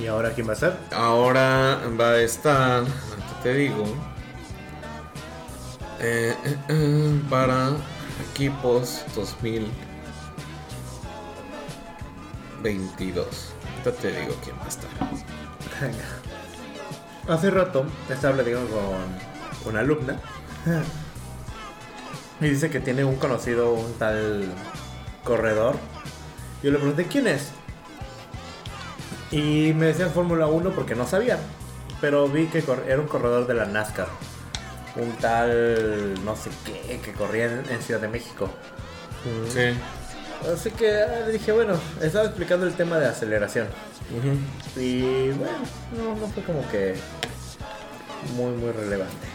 Speaker 2: ¿Y ahora quién va a ser?
Speaker 1: Ahora va a estar, ahorita te digo, eh, eh, eh, para equipos 2022. Ahorita te digo quién va a estar.
Speaker 2: hace rato estaba platicando con una alumna y dice que tiene un conocido, un tal corredor. Yo le pregunté quién es. Y me decían Fórmula 1 porque no sabía. Pero vi que cor- era un corredor de la NASCAR. Un tal no sé qué que corría en, en Ciudad de México.
Speaker 1: Sí.
Speaker 2: Así que ah, le dije, bueno, estaba explicando el tema de aceleración. Y bueno, no, no fue como que muy, muy relevante.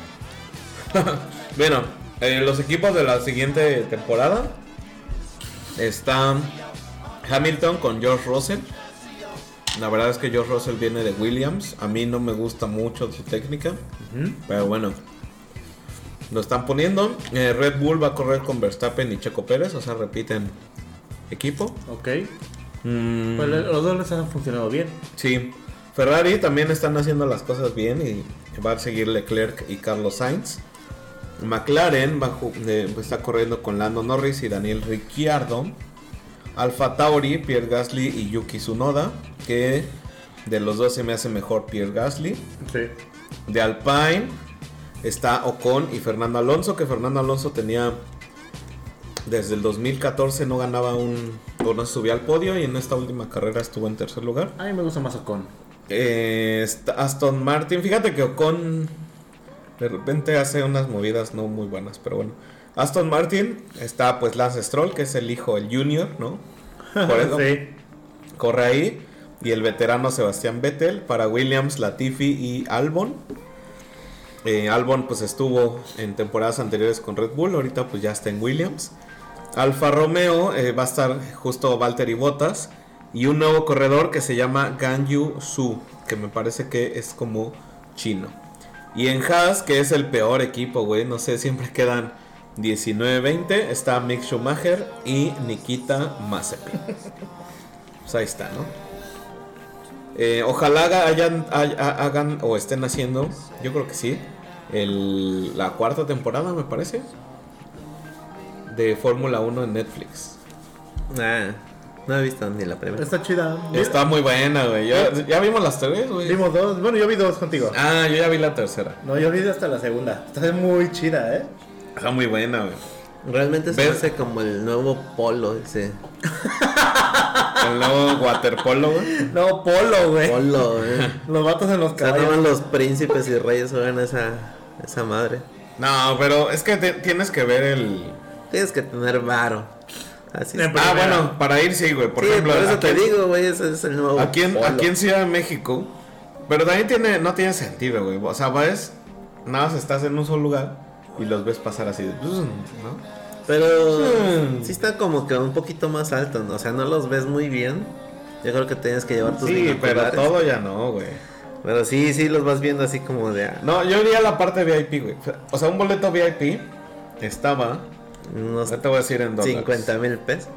Speaker 1: Bueno, eh, los equipos de la siguiente temporada están Hamilton con George Russell. La verdad es que George Russell viene de Williams. A mí no me gusta mucho su técnica, pero bueno. Lo están poniendo. Eh, Red Bull va a correr con Verstappen y Checo Pérez, o sea, repiten equipo.
Speaker 2: Ok.
Speaker 1: Mm,
Speaker 2: Pues le- los dos les han funcionado bien.
Speaker 1: Sí. Ferrari también están haciendo las cosas bien y va a seguir Leclerc y Carlos Sainz. McLaren va a ju- eh, pues está corriendo con Lando Norris y Daniel Ricciardo. Alfa Tauri, Pierre Gasly y Yuki Tsunoda. Que de los dos se me hace mejor Pierre Gasly.
Speaker 2: Sí.
Speaker 1: De Alpine está Ocon y Fernando Alonso. Que Fernando Alonso tenía desde el 2014 no ganaba un. o no subía al podio y en esta última carrera estuvo en tercer lugar.
Speaker 2: A mí me gusta más Ocon.
Speaker 1: Eh, está Aston Martin, fíjate que Ocon de repente hace unas movidas no muy buenas, pero bueno. Aston Martin está pues Lance Stroll, que es el hijo, el junior, ¿no? Por eso
Speaker 2: sí.
Speaker 1: corre ahí. Y el veterano Sebastián Vettel para Williams, Latifi y Albon. Eh, Albon pues estuvo en temporadas anteriores con Red Bull, ahorita pues ya está en Williams. Alfa Romeo eh, va a estar justo Valtteri Bottas y un nuevo corredor que se llama Ganyu Su, que me parece que es como chino. Y en Haas, que es el peor equipo, güey, no sé, siempre quedan 19-20, está Mick Schumacher y Nikita Mazepin. Pues ahí está, ¿no? Eh, ojalá haga- hayan- hay- ha- hagan o estén haciendo, yo creo que sí, el- la cuarta temporada, me parece, de Fórmula 1 en Netflix.
Speaker 3: Nah, no he visto ni la primera.
Speaker 2: Está chida.
Speaker 1: Está muy buena, güey. Ya,
Speaker 3: ¿Eh?
Speaker 1: ya vimos las tres, güey.
Speaker 2: Vimos dos. Bueno, yo vi dos contigo.
Speaker 1: Ah, yo ya vi la tercera.
Speaker 2: No, yo vi hasta la segunda. Está muy chida, ¿eh?
Speaker 1: Está muy buena, güey.
Speaker 3: Realmente se
Speaker 1: ¿Ves?
Speaker 3: me hace como el nuevo polo, ese
Speaker 1: El nuevo waterpolo, güey.
Speaker 2: No, Polo, güey.
Speaker 3: polo, eh.
Speaker 2: Los vatos en los
Speaker 3: O sea, nomás
Speaker 2: caballos.
Speaker 3: los príncipes y reyes juegan esa, esa madre.
Speaker 1: No, pero es que te- tienes que ver el...
Speaker 3: Tienes que tener varo. Así
Speaker 2: Eh,
Speaker 3: es.
Speaker 1: Ah,
Speaker 2: Primera.
Speaker 1: bueno, para ir sí, güey. Por
Speaker 3: Sí,
Speaker 1: ejemplo,
Speaker 3: por eso
Speaker 1: aquí
Speaker 3: te
Speaker 1: en-
Speaker 3: digo, güey, ese es el nuevo
Speaker 1: aquí en,
Speaker 3: polo.
Speaker 1: aquí en Ciudad de México. Pero también tiene, no tiene sentido, güey. O sea, vas, nada más estás en un solo lugar y los ves pasar así. de, pues, ¿no?
Speaker 3: Pero
Speaker 1: Sí.
Speaker 3: sí está como que un poquito más alto, ¿no? o sea, no los ves muy bien. Yo creo que tienes que llevar tus
Speaker 1: Sí, pero
Speaker 3: binoculares.
Speaker 1: todo ya no, güey.
Speaker 3: Pero sí, sí los vas viendo así como de ah,
Speaker 1: No, yo iría a la parte VIP, güey. O sea, un boleto VIP estaba.
Speaker 3: unos
Speaker 1: No te voy a decir en dólares.
Speaker 3: 50 mil pesos.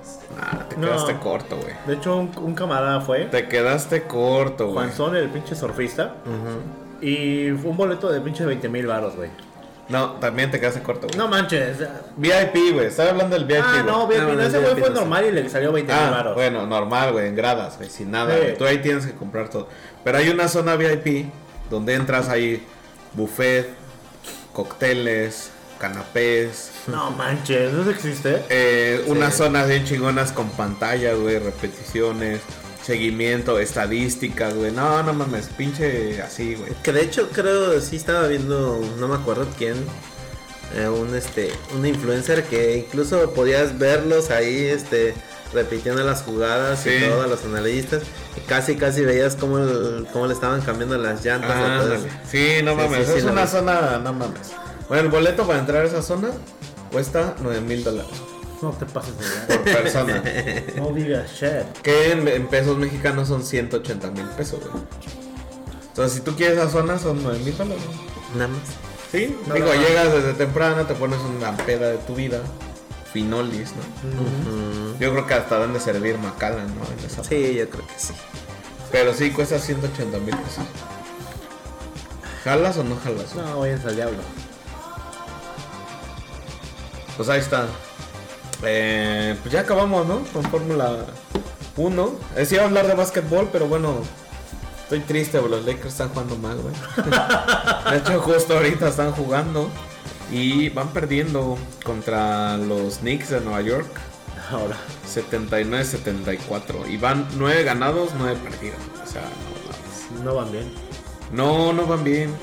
Speaker 1: Ah, te
Speaker 2: No.
Speaker 1: quedaste corto, güey.
Speaker 2: De hecho, un, un camarada fue.
Speaker 1: Te quedaste corto, güey.
Speaker 2: Juanzón, el pinche surfista.
Speaker 3: Ujú.
Speaker 2: Y fue un boleto de pinche 20 mil baros, güey.
Speaker 1: No, también te quedaste corto, güey.
Speaker 2: No manches.
Speaker 1: VIP, güey. Estaba hablando del VIP.
Speaker 2: Ah,
Speaker 1: güey.
Speaker 2: no, bien,
Speaker 3: No, no,
Speaker 2: ese
Speaker 3: no,
Speaker 2: güey
Speaker 3: no,
Speaker 2: fue
Speaker 3: no, no.
Speaker 2: normal y le salió 20 mil
Speaker 1: Ah,
Speaker 2: baros.
Speaker 1: bueno, normal, güey, en gradas, güey, sin nada.
Speaker 2: Sí.
Speaker 1: güey. Tú ahí tienes que comprar todo. Pero hay una zona VIP donde entras ahí, buffet, cócteles, canapés.
Speaker 2: No manches, eso existe.
Speaker 1: eh,
Speaker 3: Sí.
Speaker 1: Unas zonas bien chingonas con pantallas, güey, repeticiones, seguimiento, estadísticas, güey. No, no mames, pinche así, güey.
Speaker 3: Que de hecho creo sí estaba viendo, no me acuerdo quién, eh, un este, un influencer que incluso podías verlos ahí, este, repitiendo las jugadas
Speaker 1: Sí.
Speaker 3: y todo a los analistas. Y casi casi veías cómo, el- cómo le estaban cambiando las llantas.
Speaker 1: Ah,
Speaker 3: o
Speaker 1: ándale.
Speaker 3: todo eso.
Speaker 1: sí, no
Speaker 3: Sí,
Speaker 1: mames,
Speaker 3: sí, sí,
Speaker 1: es
Speaker 3: la
Speaker 1: una
Speaker 3: vi.
Speaker 1: zona, no mames. Bueno, el boleto para entrar a esa zona cuesta 9 mil dólares
Speaker 2: No te pases de verdad.
Speaker 1: por persona.
Speaker 2: No digas shit.
Speaker 1: Que en, en pesos mexicanos son 180 mil pesos, güey. Entonces, si tú quieres esa zona, son 9 mil dólares.
Speaker 3: Nada más.
Speaker 1: Sí,
Speaker 2: No,
Speaker 1: digo,
Speaker 2: no, no.
Speaker 1: llegas desde temprano, te pones una peda de tu vida. Finolis, ¿no?
Speaker 3: Ujú.
Speaker 1: Yo creo que hasta dan de servir Macallan, ¿no? En esa-
Speaker 3: Sí, yo creo que sí.
Speaker 1: Pero sí, cuesta 180 mil pesos. ¿Jalas o no jalas? güey?
Speaker 2: No, vayan al diablo.
Speaker 1: Pues ahí está. Eh, pues ya acabamos, ¿no? Con Fórmula 1. Eh, sí iba a hablar de básquetbol, pero bueno. Estoy triste, bro. Los Lakers están jugando mal, güey. De hecho, justo ahorita están jugando y van perdiendo contra los Knicks de Nueva York
Speaker 2: Ahora.
Speaker 1: 79-74. Y van 9 ganados, 9 perdidos. O sea, no mames.
Speaker 2: No van bien.
Speaker 1: No, no van bien.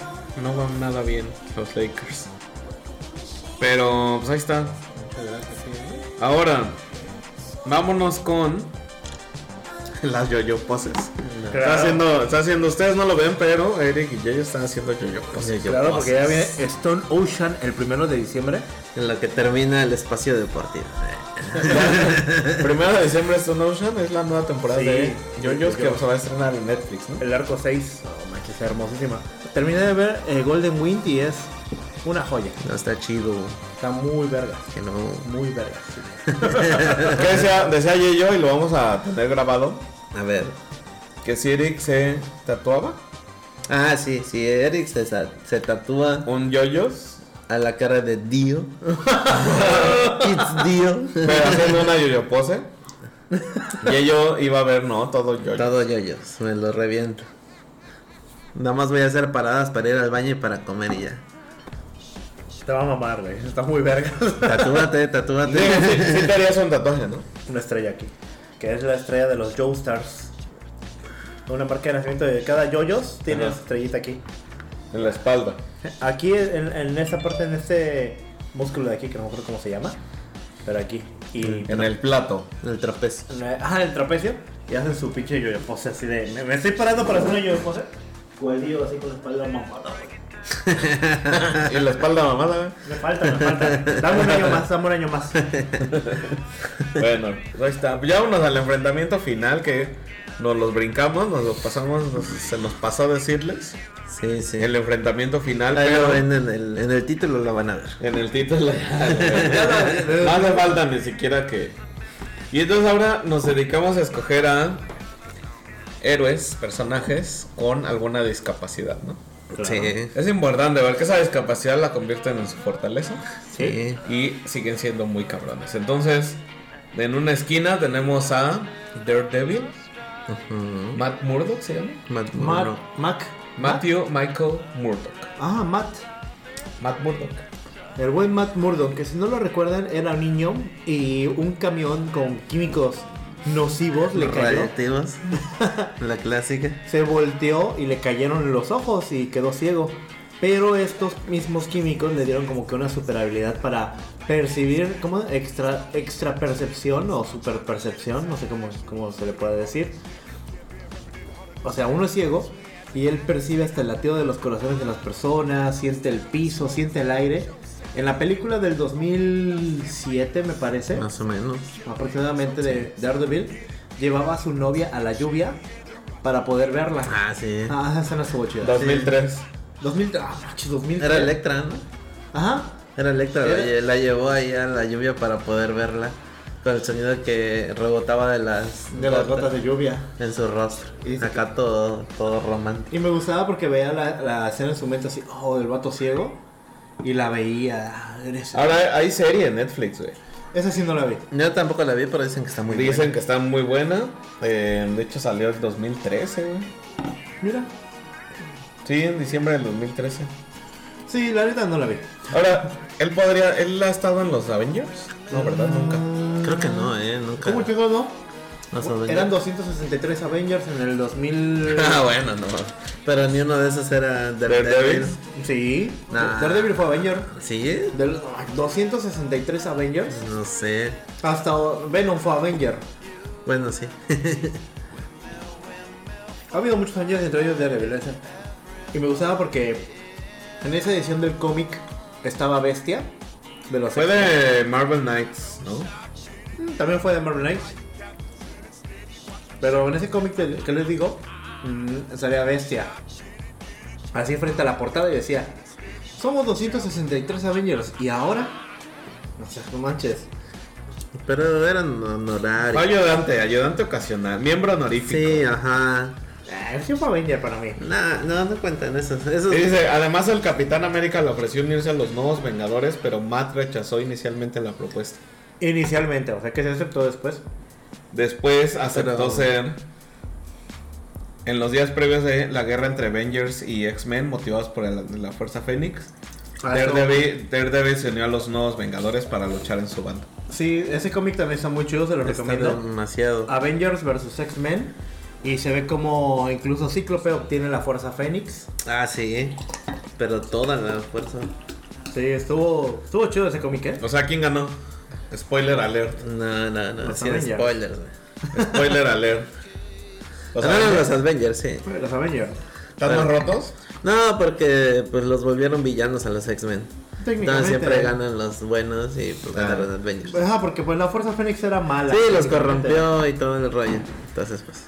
Speaker 1: No van nada bien los Lakers. Pero pues ahí está. Ahora, vámonos con las yo-yo poses. Está haciendo, está haciendo, ustedes no lo ven, pero Eric y Yayo están haciendo yo-yo poses.
Speaker 2: Claro, porque ya viene Stone Ocean el primero de diciembre.
Speaker 3: En lo que termina el espacio deportivo. Eh,
Speaker 1: Primero de diciembre Stone Ocean es la nueva temporada
Speaker 2: Sí,
Speaker 1: de Yoyos
Speaker 2: de
Speaker 1: que
Speaker 2: Yo-Yo.
Speaker 1: se va a estrenar en Netflix, ¿no?
Speaker 2: El arco 6. No manches, está hermosísima. Terminé de ver eh, Golden Wind y es una joya.
Speaker 3: No está chido,
Speaker 2: Está muy verga.
Speaker 3: que no.
Speaker 2: Muy verga. sí.
Speaker 1: Que decía, decía Yayo y lo vamos a tener grabado.
Speaker 3: A ver.
Speaker 1: Que si Eric se tatuaba
Speaker 3: Ah, sí, sí, Eric se, sa- se tatúa
Speaker 1: un Yoyos,
Speaker 3: a la cara de Dio. It's Dio.
Speaker 1: pero haciendo una yo-yo pose. Yayo iba a ver, no, todo yo-yo.
Speaker 3: Todo yoyos, me lo reviento. Nada más voy a hacer paradas para ir al baño y para comer y ya.
Speaker 2: Te va a mamar, güey. Está muy verga.
Speaker 3: Tatúate,
Speaker 1: Sí, sí,
Speaker 3: tatúate.
Speaker 1: sí te harías un tatuaje, ¿no?
Speaker 2: una estrella aquí, que es la estrella de los Joestars. Una marca de nacimiento de cada yoyos tiene
Speaker 1: Ajá.
Speaker 2: esa estrellita aquí.
Speaker 1: En la espalda.
Speaker 2: Aquí en, en esta parte, en este músculo de aquí, que no me acuerdo cómo se llama, pero aquí. Y,
Speaker 1: En el plato.
Speaker 3: El trapecio.
Speaker 2: ah, el trapecio. Y hacen su pinche yoyo pose así de. Me, me estoy parando para hacer una yoyo pose. Con el dedo así con la espalda pues, mamada. güey.
Speaker 1: En la espalda mamada, güey.
Speaker 2: Me falta, me falta. Dame un año más, dame un año más.
Speaker 1: Bueno, ahí está. Ya vámonos al enfrentamiento final que nos los brincamos, nos los pasamos, nos- se nos pasó decirles.
Speaker 3: Sí, sí.
Speaker 1: El enfrentamiento final,
Speaker 3: Ahí lo
Speaker 1: pero
Speaker 3: ven en el, en el título, lo van a ver.
Speaker 1: en el título ya, ya no, no hace falta ni siquiera que. Y entonces ahora nos dedicamos a escoger a héroes, personajes con alguna discapacidad, ¿no?
Speaker 3: Sí,
Speaker 1: Es importante ver que esa discapacidad la convierten en su fortaleza.
Speaker 3: sí.
Speaker 1: y siguen siendo muy cabrones. Entonces, en una esquina tenemos a Daredevil,
Speaker 3: Ujú.
Speaker 1: Matt Murdock se llama.
Speaker 3: Mm. Matt
Speaker 2: Matt,
Speaker 3: Murdock.
Speaker 2: Mac.
Speaker 1: Matthew Michael Murdock.
Speaker 2: Ah, Matt.
Speaker 1: Matt Murdock.
Speaker 2: El buen Matt Murdock, que si no lo recuerdan, era un niño y un camión con químicos nocivos le
Speaker 3: Los
Speaker 2: cayó.
Speaker 3: radioactivos. La clásica.
Speaker 2: Se volteó y le cayeron los ojos y quedó ciego. Pero estos mismos químicos le dieron como que una super habilidad para percibir, como extra, extra percepción o super percepción, no sé cómo, cómo se le puede decir. O sea, uno es ciego y él percibe hasta el latido de los corazones de las personas, siente el piso, siente el aire. En la película del 2007, me parece,
Speaker 3: Más o menos.
Speaker 2: aproximadamente de Daredevil, llevaba a su novia a la lluvia para poder verla.
Speaker 3: Ah, sí.
Speaker 2: Ah, esa no estuvo chida.
Speaker 1: 2003.
Speaker 2: 2000, ah, manches, 2000.
Speaker 3: Era Electra, ¿no?
Speaker 2: Ajá.
Speaker 3: Era Electra, la,
Speaker 2: Era-
Speaker 3: lle- la llevó ahí a la lluvia para poder verla. Con el sonido que rebotaba de las,
Speaker 2: De las gotas de lluvia.
Speaker 3: en su rostro.
Speaker 2: Y dice
Speaker 3: Acá todo, todo romántico.
Speaker 2: Y me gustaba porque veía la, la escena en su mente así, oh, del vato ciego. Y la veía. ah, eres-
Speaker 1: Ahora hay serie en Netflix, güey.
Speaker 2: Esa sí no la vi.
Speaker 3: Yo tampoco la vi, pero dicen que está muy
Speaker 1: Dicen que está muy buena. Eh, de hecho salió el 2013, güey.
Speaker 2: Mira.
Speaker 1: Sí, en diciembre del 2013.
Speaker 2: Sí, la neta no la vi.
Speaker 1: Ahora, él podría, él ha estado en los Avengers. No, ¿verdad? Ah, Nunca.
Speaker 3: buena. Creo que no, eh, nunca.
Speaker 2: Mm, ¿Cómo chicos no?
Speaker 3: No se lo
Speaker 2: Eran
Speaker 3: vendía.
Speaker 2: 263 Avengers en el 2000.
Speaker 3: Ah, bueno, no. Pero ni uno de esos era
Speaker 1: Daredevil.
Speaker 3: Daredevil.
Speaker 2: Sí.
Speaker 3: Nah.
Speaker 2: Daredevil fue Avenger.
Speaker 3: ¿Sí?
Speaker 2: Del 263 Avengers.
Speaker 3: No sé.
Speaker 2: Hasta Venom fue Avenger.
Speaker 3: Bueno, sí.
Speaker 2: Ha habido muchos Avengers entre ellos de Rebeleza. Y me gustaba porque en esa edición del cómic estaba Bestia. De los
Speaker 1: Fue
Speaker 2: X-Men.
Speaker 1: de Marvel Knights, ¿no?
Speaker 2: Mm, También fue de Marvel Knights. Pero en ese cómic del- que les digo, mm, salía Bestia. Así frente a la portada y decía, somos 263 Avengers. Y ahora, no seas no manches.
Speaker 3: Pero eran honorarios.
Speaker 1: Ayudante, ayudante ocasional, miembro honorífico.
Speaker 3: Sí, ajá.
Speaker 2: Ah, sí fue Avenger para mí.
Speaker 3: Nah, no, no cuentan esos. Esos
Speaker 1: Y dice, además el Capitán América le ofreció unirse a los nuevos Vengadores, pero Matt rechazó inicialmente la propuesta.
Speaker 2: Inicialmente, o sea que se aceptó después.
Speaker 1: Después aceptó
Speaker 3: Pero-
Speaker 1: ser En los días previos de la guerra entre Avengers y X-Men, motivados por el- la Fuerza Fénix,
Speaker 2: Ah,
Speaker 1: Daredevil, Daredevil se unió a los nuevos Vengadores para luchar en su bando.
Speaker 2: Sí, ese cómic también está muy chido, se lo
Speaker 3: Está
Speaker 2: recomiendo.
Speaker 3: demasiado.
Speaker 2: Avengers vs X-Men. Y se ve como incluso Cíclope obtiene la fuerza Fénix.
Speaker 3: Ah, sí. Pero toda la fuerza.
Speaker 2: Sí, estuvo, estuvo chido ese cómic, ¿eh?
Speaker 1: O sea, ¿quién ganó? Spoiler alert.
Speaker 3: No, no, no.
Speaker 2: Los
Speaker 3: Sin
Speaker 2: Avengers.
Speaker 3: spoilers, güey.
Speaker 1: Spoiler alert. O
Speaker 3: Los,
Speaker 1: sea,
Speaker 3: los Avengers, sí.
Speaker 2: Los Avengers.
Speaker 1: ¿están más rotos?
Speaker 3: No, porque pues los volvieron villanos a los X-Men. Entonces
Speaker 2: Técnicamente. eh.
Speaker 3: siempre ganan los buenos y pues
Speaker 1: Ah.
Speaker 3: ganaron los Avengers.
Speaker 2: Ajá, porque pues la fuerza Fénix era mala.
Speaker 3: Sí, los
Speaker 2: técnicamente.
Speaker 3: corrompió y todo el rollo. Entonces, pues.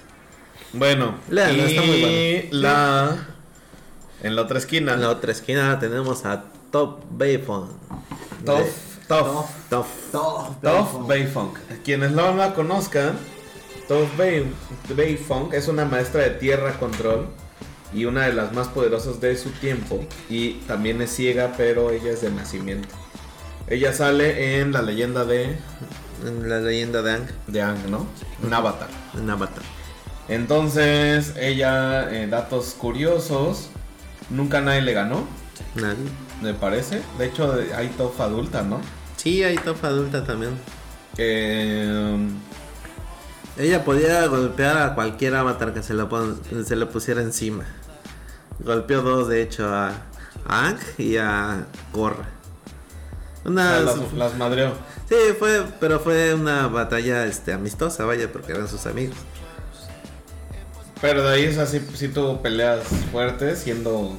Speaker 1: Bueno,
Speaker 3: Léanlo,
Speaker 1: y
Speaker 3: está muy bueno.
Speaker 1: la... En la otra esquina.
Speaker 3: En la otra esquina tenemos a Top Bayfon.
Speaker 1: Tough, tough,
Speaker 2: Tough.
Speaker 3: Top.
Speaker 2: Tough,
Speaker 1: Tough Bay Funk. Quienes no la conozcan, Tough Bay, Bay Funk es una maestra de tierra control y una de las más poderosas de su tiempo. Y también es ciega, pero ella es de nacimiento. Ella sale en la leyenda de,
Speaker 3: En la leyenda de Ang.
Speaker 1: de Aang, ¿no? Un avatar.
Speaker 3: En Avatar.
Speaker 1: Entonces, ella, eh, datos curiosos, nunca nadie le ganó,
Speaker 3: Nadie.
Speaker 1: me parece. De hecho, hay Tough adulta, ¿no?
Speaker 3: Sí, hay Top adulta también.
Speaker 1: Eh,
Speaker 3: Ella podía golpear a cualquier avatar que se lo, pon- se lo pusiera encima. Golpeó dos, de hecho, a, a Ang y a Korra.
Speaker 2: Ah,
Speaker 3: Una,
Speaker 1: las, las madreó.
Speaker 3: sí, fue, pero fue una batalla este, amistosa, vaya, porque eran sus amigos.
Speaker 1: Pero de ahí, o sea, sí, sí tuvo peleas fuertes siendo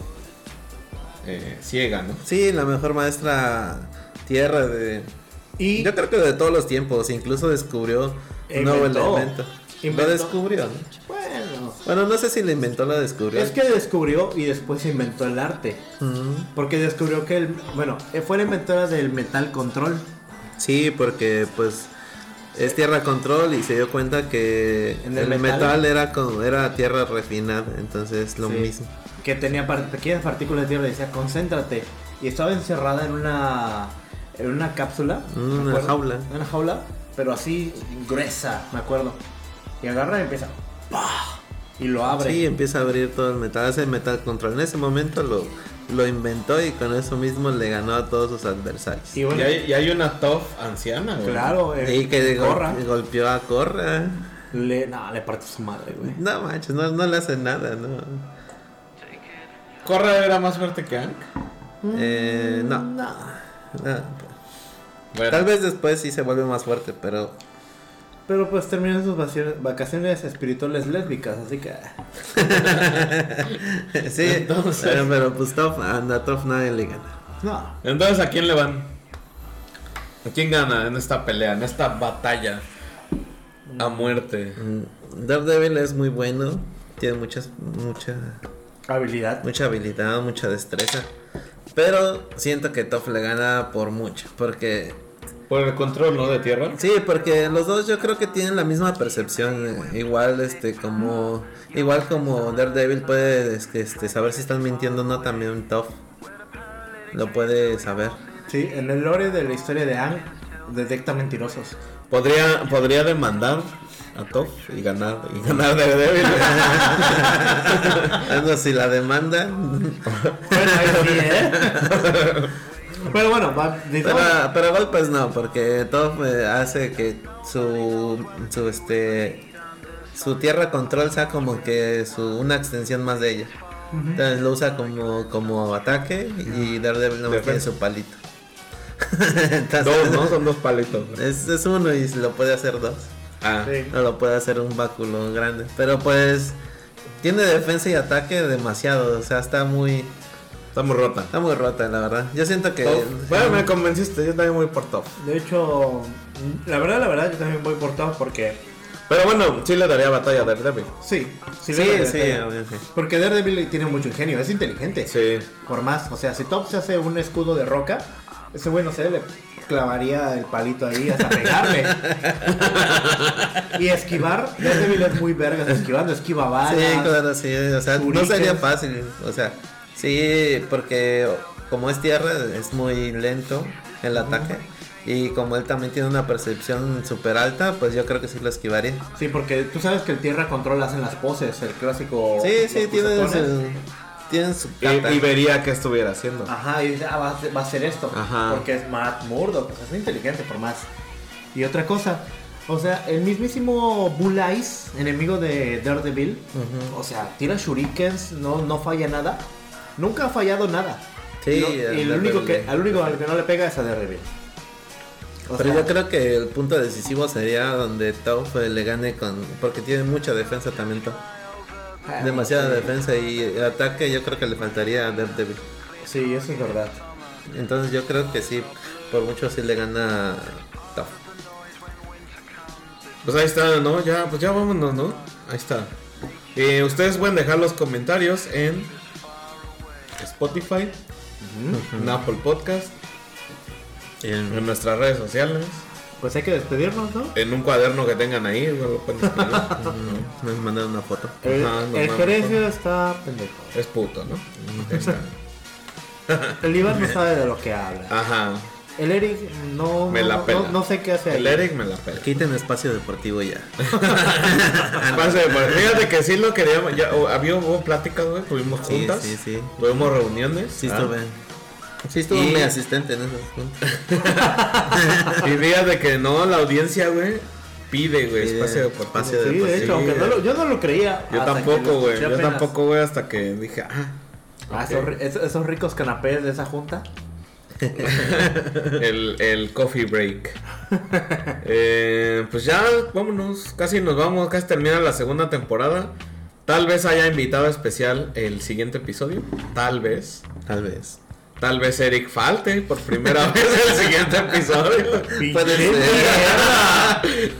Speaker 1: eh, ciega, ¿no?
Speaker 3: Sí, la mejor maestra tierra de...
Speaker 2: Y
Speaker 3: Yo creo que de todos los tiempos, incluso descubrió un nuevo
Speaker 2: Inventó.
Speaker 3: elemento.
Speaker 2: Inventó.
Speaker 3: Lo descubrió. ¿no?
Speaker 2: bueno,
Speaker 3: Bueno, no sé si lo inventó, lo descubrió.
Speaker 2: es que descubrió y después inventó el arte.
Speaker 3: Ujú.
Speaker 2: Porque descubrió que el, bueno, eh, fue la inventora del metal control.
Speaker 3: Sí, porque pues es tierra control y se dio cuenta que
Speaker 2: En el
Speaker 3: el, metal,
Speaker 2: metal.
Speaker 3: era con, era tierra refinada, entonces lo
Speaker 2: Sí.
Speaker 3: mismo.
Speaker 2: que tenía par- pequeñas partículas de tierra y decía, concéntrate. Y estaba encerrada en una, en una cápsula.
Speaker 3: En
Speaker 2: me
Speaker 3: Mm, una
Speaker 2: acuerdo,
Speaker 3: jaula.
Speaker 2: En una jaula, pero así gruesa, me acuerdo. Y agarra y empieza. ¡pah! Y lo abre.
Speaker 3: Sí, empieza a abrir todo el metal, hace metal control. En ese momento lo, lo inventó y con eso mismo le ganó a todos sus adversarios.
Speaker 2: y
Speaker 3: Y,
Speaker 2: bueno,
Speaker 1: Y hay, y hay una tough anciana, güey.
Speaker 2: claro, eh,
Speaker 3: que gol-
Speaker 2: Corra.
Speaker 3: golpeó a Corra.
Speaker 2: Le, no, le parte su madre, güey.
Speaker 3: No manches, no, no le hace nada, no.
Speaker 1: Corra era más fuerte que Hank.
Speaker 3: Eh, no. No. Tal vez después sí se vuelve más fuerte, pero
Speaker 2: Pero pues terminan sus vaci- vacaciones espirituales lésbicas, así que.
Speaker 3: Sí,
Speaker 1: Entonces-
Speaker 3: eh, pero pues Top, anda Top nadie le gana.
Speaker 2: No.
Speaker 1: Entonces, ¿a quién le van? ¿A quién gana en esta pelea, en esta batalla? A muerte.
Speaker 3: Mm, Daredevil es muy bueno, tiene muchas, mucha,
Speaker 2: Habilidad.
Speaker 3: mucha habilidad, mucha destreza. Pero siento que Top le gana por mucho, porque...
Speaker 1: Por el control, ¿no? De tierra.
Speaker 3: Sí, porque los dos yo creo que tienen la misma percepción, eh, igual este como... Igual como Daredevil puede este, este, saber si están mintiendo o no, también Top lo puede saber.
Speaker 2: Sí, en el lore de la historia de Anne, detecta mentirosos.
Speaker 1: Podría, podría demandar a Toff y ganar. Y ganar de débil.
Speaker 3: Algo si la demanda...
Speaker 2: Bueno, ahí sí, ¿eh? Pero bueno, va, de
Speaker 3: Pero,
Speaker 2: todas-
Speaker 3: pero golpes no, porque todo eh, hace que su, su este su tierra control sea como que su, una extensión más de ella. Entonces lo usa como, como ataque y Daredevil no tiene
Speaker 1: Defensa.
Speaker 3: su palito. Entonces,
Speaker 1: dos, ¿no? Son dos palitos.
Speaker 3: es, es uno y lo puede hacer dos.
Speaker 1: Ah.
Speaker 2: Sí.
Speaker 3: No lo puede hacer un báculo grande. Pero pues tiene defensa y ataque demasiado. O sea, está muy,
Speaker 1: Estamos rota.
Speaker 3: está muy rota la verdad. Yo siento que...
Speaker 1: Tough. Bueno, me convenciste, yo también voy por Toff.
Speaker 2: de hecho, la verdad, la verdad, yo también voy por todos porque
Speaker 1: Pero bueno, sí le daría batalla a Daredevil.
Speaker 2: sí, sí,
Speaker 3: Sí,
Speaker 2: le-
Speaker 3: sí,
Speaker 2: le-
Speaker 3: obviamente.
Speaker 2: Porque Daredevil tiene mucho ingenio, es inteligente.
Speaker 1: Sí.
Speaker 2: Por más, o sea, si Top se hace un escudo de roca, ese güey no sé, le clavaría el palito ahí hasta pegarle. y esquivar, Daredevil es muy vergas esquivando, esquiva
Speaker 3: Sí,
Speaker 2: balas.
Speaker 3: claro, sí. O sea, no
Speaker 2: shurikens.
Speaker 3: sería fácil. O sea, sí, porque como es tierra, es muy lento el ataque. Y como él también tiene una percepción súper alta, pues yo creo que sí lo esquivaría.
Speaker 2: Sí, porque tú sabes que el tierra control hacen las poses, el clásico.
Speaker 3: Sí,
Speaker 2: los
Speaker 3: sí, tienen
Speaker 2: pusetones.
Speaker 3: su, tienen su
Speaker 1: Y,
Speaker 3: carta.
Speaker 1: y vería qué estuviera haciendo.
Speaker 2: Ajá, y dice, ah, va a ser, va a ser esto.
Speaker 1: Ajá.
Speaker 2: Porque es Matt Murdock, pues es inteligente por más. Y otra cosa, o sea, el mismísimo Bull Eyes, enemigo de Daredevil,
Speaker 3: Ujú.
Speaker 2: o sea, tira shurikens, no, no falla nada. Nunca ha fallado nada.
Speaker 3: Sí,
Speaker 2: No, y
Speaker 3: el
Speaker 2: el único que,
Speaker 3: Daredevil.
Speaker 2: al único al que no le pega es a Daredevil. O
Speaker 3: Pero
Speaker 2: sea,
Speaker 3: yo creo que el punto decisivo sería donde Tau fue- le gane con... Porque tiene mucha defensa también Tau.
Speaker 2: ah,
Speaker 3: Demasiada
Speaker 2: sí.
Speaker 3: defensa y ataque yo creo que le faltaría a Daredevil.
Speaker 2: Sí, eso es verdad.
Speaker 3: Entonces yo creo que sí, por mucho sí le gana Tau.
Speaker 1: Pues ahí está, ¿no? Ya, pues ya vámonos, ¿no? Ahí está. Eh, ustedes pueden dejar los comentarios en Spotify, en Apple Podcast, en nuestras redes sociales,
Speaker 2: Pues hay que despedirnos, ¿no?
Speaker 1: en un cuaderno que tengan ahí, igual lo pueden escribir. Ujú.
Speaker 3: Nos mandaron una foto.
Speaker 2: El,
Speaker 1: Ajá, no
Speaker 2: el
Speaker 1: mames,
Speaker 2: Gerecio está pendejo.
Speaker 1: Es puto, ¿no? Ahí está.
Speaker 2: El Iván no sabe de lo que habla.
Speaker 1: Ajá.
Speaker 2: El Eric no,
Speaker 1: Me
Speaker 2: no-
Speaker 1: la
Speaker 2: no-
Speaker 1: pela.
Speaker 2: no, sé qué hace ahí.
Speaker 1: El Eric me la pela.
Speaker 3: Quiten espacio deportivo ya.
Speaker 1: Pase de por- pues, Fíjate que sí lo queríamos. Ya, o- había hubo pláticas, güey. Tuvimos
Speaker 3: Sí,
Speaker 1: juntas.
Speaker 3: sí, sí.
Speaker 1: Tuvimos reuniones.
Speaker 3: Sí
Speaker 1: Ah.
Speaker 3: estuve. Sí estuvo
Speaker 1: Y-
Speaker 3: mi asistente en esas juntas.
Speaker 1: Y fíjate que no, la audiencia, güey, pide, güey,
Speaker 3: Pide
Speaker 1: espacio deportivo.
Speaker 3: espacio
Speaker 2: Pues Sí, de hecho,
Speaker 1: Sí,
Speaker 2: aunque no lo- yo no lo creía.
Speaker 1: Yo
Speaker 2: hasta que
Speaker 1: tampoco,
Speaker 2: lo
Speaker 1: güey.
Speaker 2: escuché
Speaker 1: Yo
Speaker 2: apenas.
Speaker 1: tampoco, güey, hasta que dije, ah,
Speaker 2: Ah,
Speaker 1: Ok.
Speaker 2: esos, ri- esos- esos ricos canapés de esa junta.
Speaker 1: el, el coffee break. Eh, pues ya, vámonos. Casi nos vamos, casi termina la segunda temporada. Tal vez haya invitado especial el siguiente episodio. Tal vez.
Speaker 3: Tal vez.
Speaker 1: Tal vez Eric falte por primera vez en el siguiente episodio.
Speaker 2: Pues,
Speaker 3: Puede ser.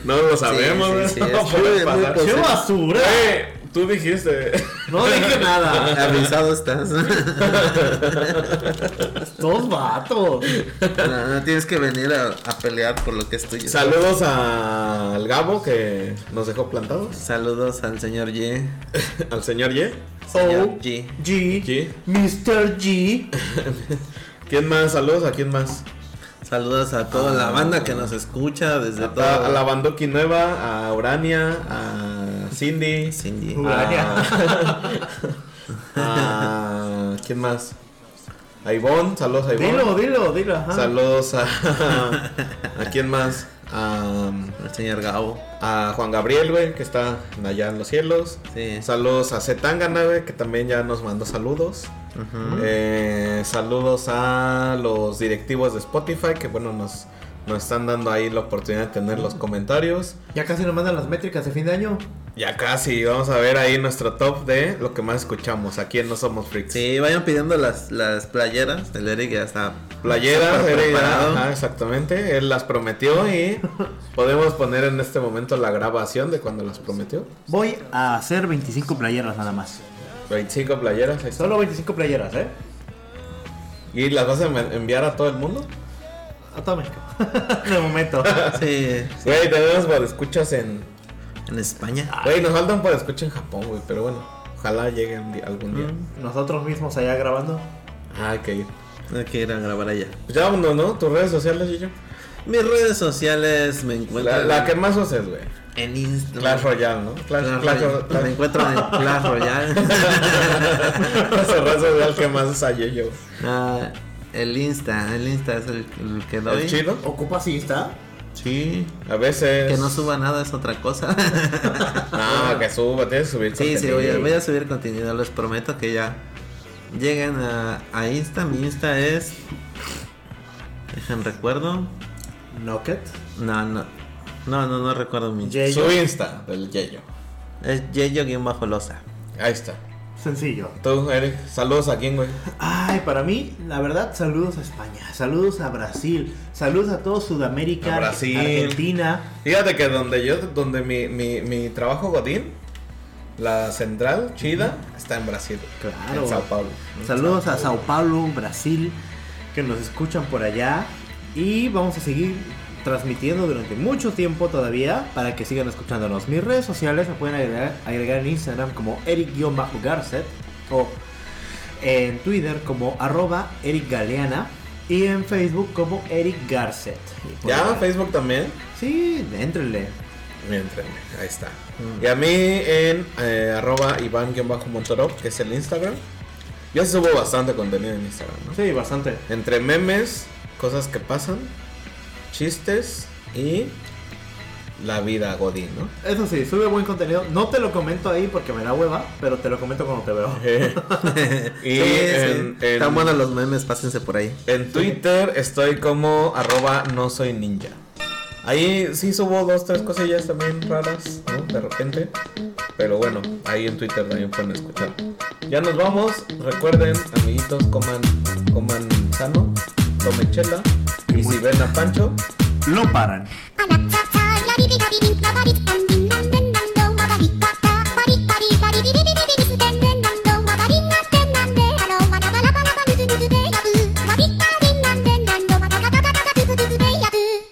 Speaker 1: No lo sabemos,
Speaker 3: sí,
Speaker 1: güey.
Speaker 3: sí,
Speaker 1: no
Speaker 3: es
Speaker 1: puede
Speaker 3: muy
Speaker 1: pasar.
Speaker 3: posible.
Speaker 2: ¡Qué basura!
Speaker 1: Güey, tú dijiste.
Speaker 2: No dije nada.
Speaker 3: Avisado estás. No,
Speaker 2: Dos vatos.
Speaker 3: no tienes que venir a, a pelear por lo que es tuyo.
Speaker 1: Saludos a- al Gabo que nos dejó plantados.
Speaker 3: Saludos al señor G.
Speaker 1: Al señor Ye.
Speaker 3: Señor
Speaker 2: O,
Speaker 3: G.
Speaker 2: G,
Speaker 1: G.
Speaker 2: Mr. G.
Speaker 1: ¿Quién más? Saludos a quién más.
Speaker 3: Saludos a toda la banda que nos escucha desde
Speaker 1: Ah. A,
Speaker 3: todo.
Speaker 1: a la Bandoki Nueva, a Urania, a Cindy.
Speaker 3: Cindy.
Speaker 1: A, a- ¿Quién más? A Ivonne. Saludos a Ivonne.
Speaker 2: Dilo, dilo, dilo. ajá.
Speaker 1: Saludos a. ¿A quién más? A,
Speaker 3: Al señor Gabo.
Speaker 1: a Juan Gabriel, güey, que está allá en los cielos.
Speaker 3: Sí.
Speaker 1: Saludos a Zetangana, güey, que también ya nos mandó saludos.
Speaker 3: Ujú.
Speaker 1: Eh, saludos a los directivos de Spotify, que bueno, nos, nos están dando ahí la oportunidad de tener los comentarios.
Speaker 2: Ya casi nos mandan las métricas de fin de año.
Speaker 1: Ya casi, vamos a ver ahí nuestro top de lo que más escuchamos aquí en No Somos Freaks.
Speaker 3: Sí, vayan pidiendo las, las playeras. El Eric ya está.
Speaker 1: Playeras,
Speaker 3: súper
Speaker 1: era
Speaker 3: preparado.
Speaker 1: idea- ajá, exactamente, él las prometió y podemos poner en este momento la grabación de cuando las prometió.
Speaker 2: Voy a hacer 25 playeras nada más.
Speaker 1: 25 playeras, ahí está.
Speaker 2: Solo 25 playeras, ¿eh?
Speaker 1: ¿Y las vas a en- enviar a todo el mundo?
Speaker 2: Atómico. De momento.
Speaker 3: Sí,
Speaker 1: Güey, tenemos por escuchas en...
Speaker 3: en España.
Speaker 1: Güey, nos faltan por escuchas en Japón, güey, pero bueno, ojalá lleguen di- algún día.
Speaker 3: Mm.
Speaker 2: Nosotros mismos allá grabando.
Speaker 1: Ah, hay que ir.
Speaker 3: Hay que ir a grabar allá.
Speaker 1: Pues ya vámonos, ¿no? Tus redes sociales, y yo.
Speaker 3: Mis redes sociales me
Speaker 1: La,
Speaker 3: encuentran
Speaker 1: la que más usas, güey.
Speaker 3: en Instagram.
Speaker 1: Clash Royale, ¿no? Clash,
Speaker 3: Clash
Speaker 1: Clash,
Speaker 3: Royale. Me
Speaker 1: Clash,
Speaker 3: encuentran en Clash Royale.
Speaker 1: Esa red social que más usa yo, yo.
Speaker 3: Ah, el Insta, el Insta es el, el que doy.
Speaker 1: ¿Es chido?
Speaker 2: ¿Ocupas Insta?
Speaker 3: Sí.
Speaker 1: A veces...
Speaker 3: Que no suba nada es otra cosa.
Speaker 1: No, que suba, tienes que subir
Speaker 3: sí, sí,
Speaker 1: contenido.
Speaker 3: voy a, voy a subir contenido, les prometo que ya lleguen a, a Insta. Mi Insta es. Dejen recuerdo.
Speaker 2: Knocket.
Speaker 3: No, no. No, no, no recuerdo mi.
Speaker 2: Ye-
Speaker 1: Su Insta del Yeyo.
Speaker 3: Es Yeyo-Losa.
Speaker 1: Ahí está.
Speaker 2: Sencillo.
Speaker 1: Tú, Eric, saludos a quién, güey.
Speaker 2: Ay, para mí, la verdad, saludos a España, saludos a Brasil, saludos a todo Sudamérica,
Speaker 1: A Brasil.
Speaker 2: Argentina.
Speaker 1: Fíjate que donde yo, donde mi, mi, mi trabajo Godín, la central chida, está en Brasil.
Speaker 2: Claro.
Speaker 1: En Sao Paulo.
Speaker 2: Saludos a Sao Paulo, Brasil, que nos escuchan por allá. Y vamos a seguir transmitiendo durante mucho tiempo todavía para que sigan escuchándonos. Mis redes sociales me pueden agregar, agregar en Instagram como eric-garcet o en Twitter como arroba Eric Galeana y en Facebook como Eric Garcet. Y por
Speaker 1: Ya,
Speaker 2: ahí-
Speaker 1: Facebook también.
Speaker 2: Sí, éntrenle.
Speaker 1: Entren, ahí está.
Speaker 2: Mm.
Speaker 1: Y a mí en eh, arroba Iván-Montorov, que es el Instagram. Yo subo bastante contenido en Instagram, ¿no?
Speaker 2: Sí, bastante.
Speaker 1: Entre memes, cosas que pasan, chistes y la vida Godín, ¿no?
Speaker 2: Eso sí, sube buen contenido. No te lo comento ahí porque me da hueva, pero te lo comento cuando te veo.
Speaker 3: Y en, en-
Speaker 1: Están buenos los
Speaker 4: memes, pásense por ahí.
Speaker 3: en
Speaker 1: Twitter estoy como arroba no soy ninja. Ahí sí subo dos, tres cosillas también raras, ¿no? De repente. Pero bueno, ahí en Twitter también pueden escuchar. Ya nos vamos. Recuerden, amiguitos, coman, coman sano, tomen chela. Y si ven a Pancho,
Speaker 2: Lo paran.
Speaker 5: Anatata, la bibi, la bibi, la babit,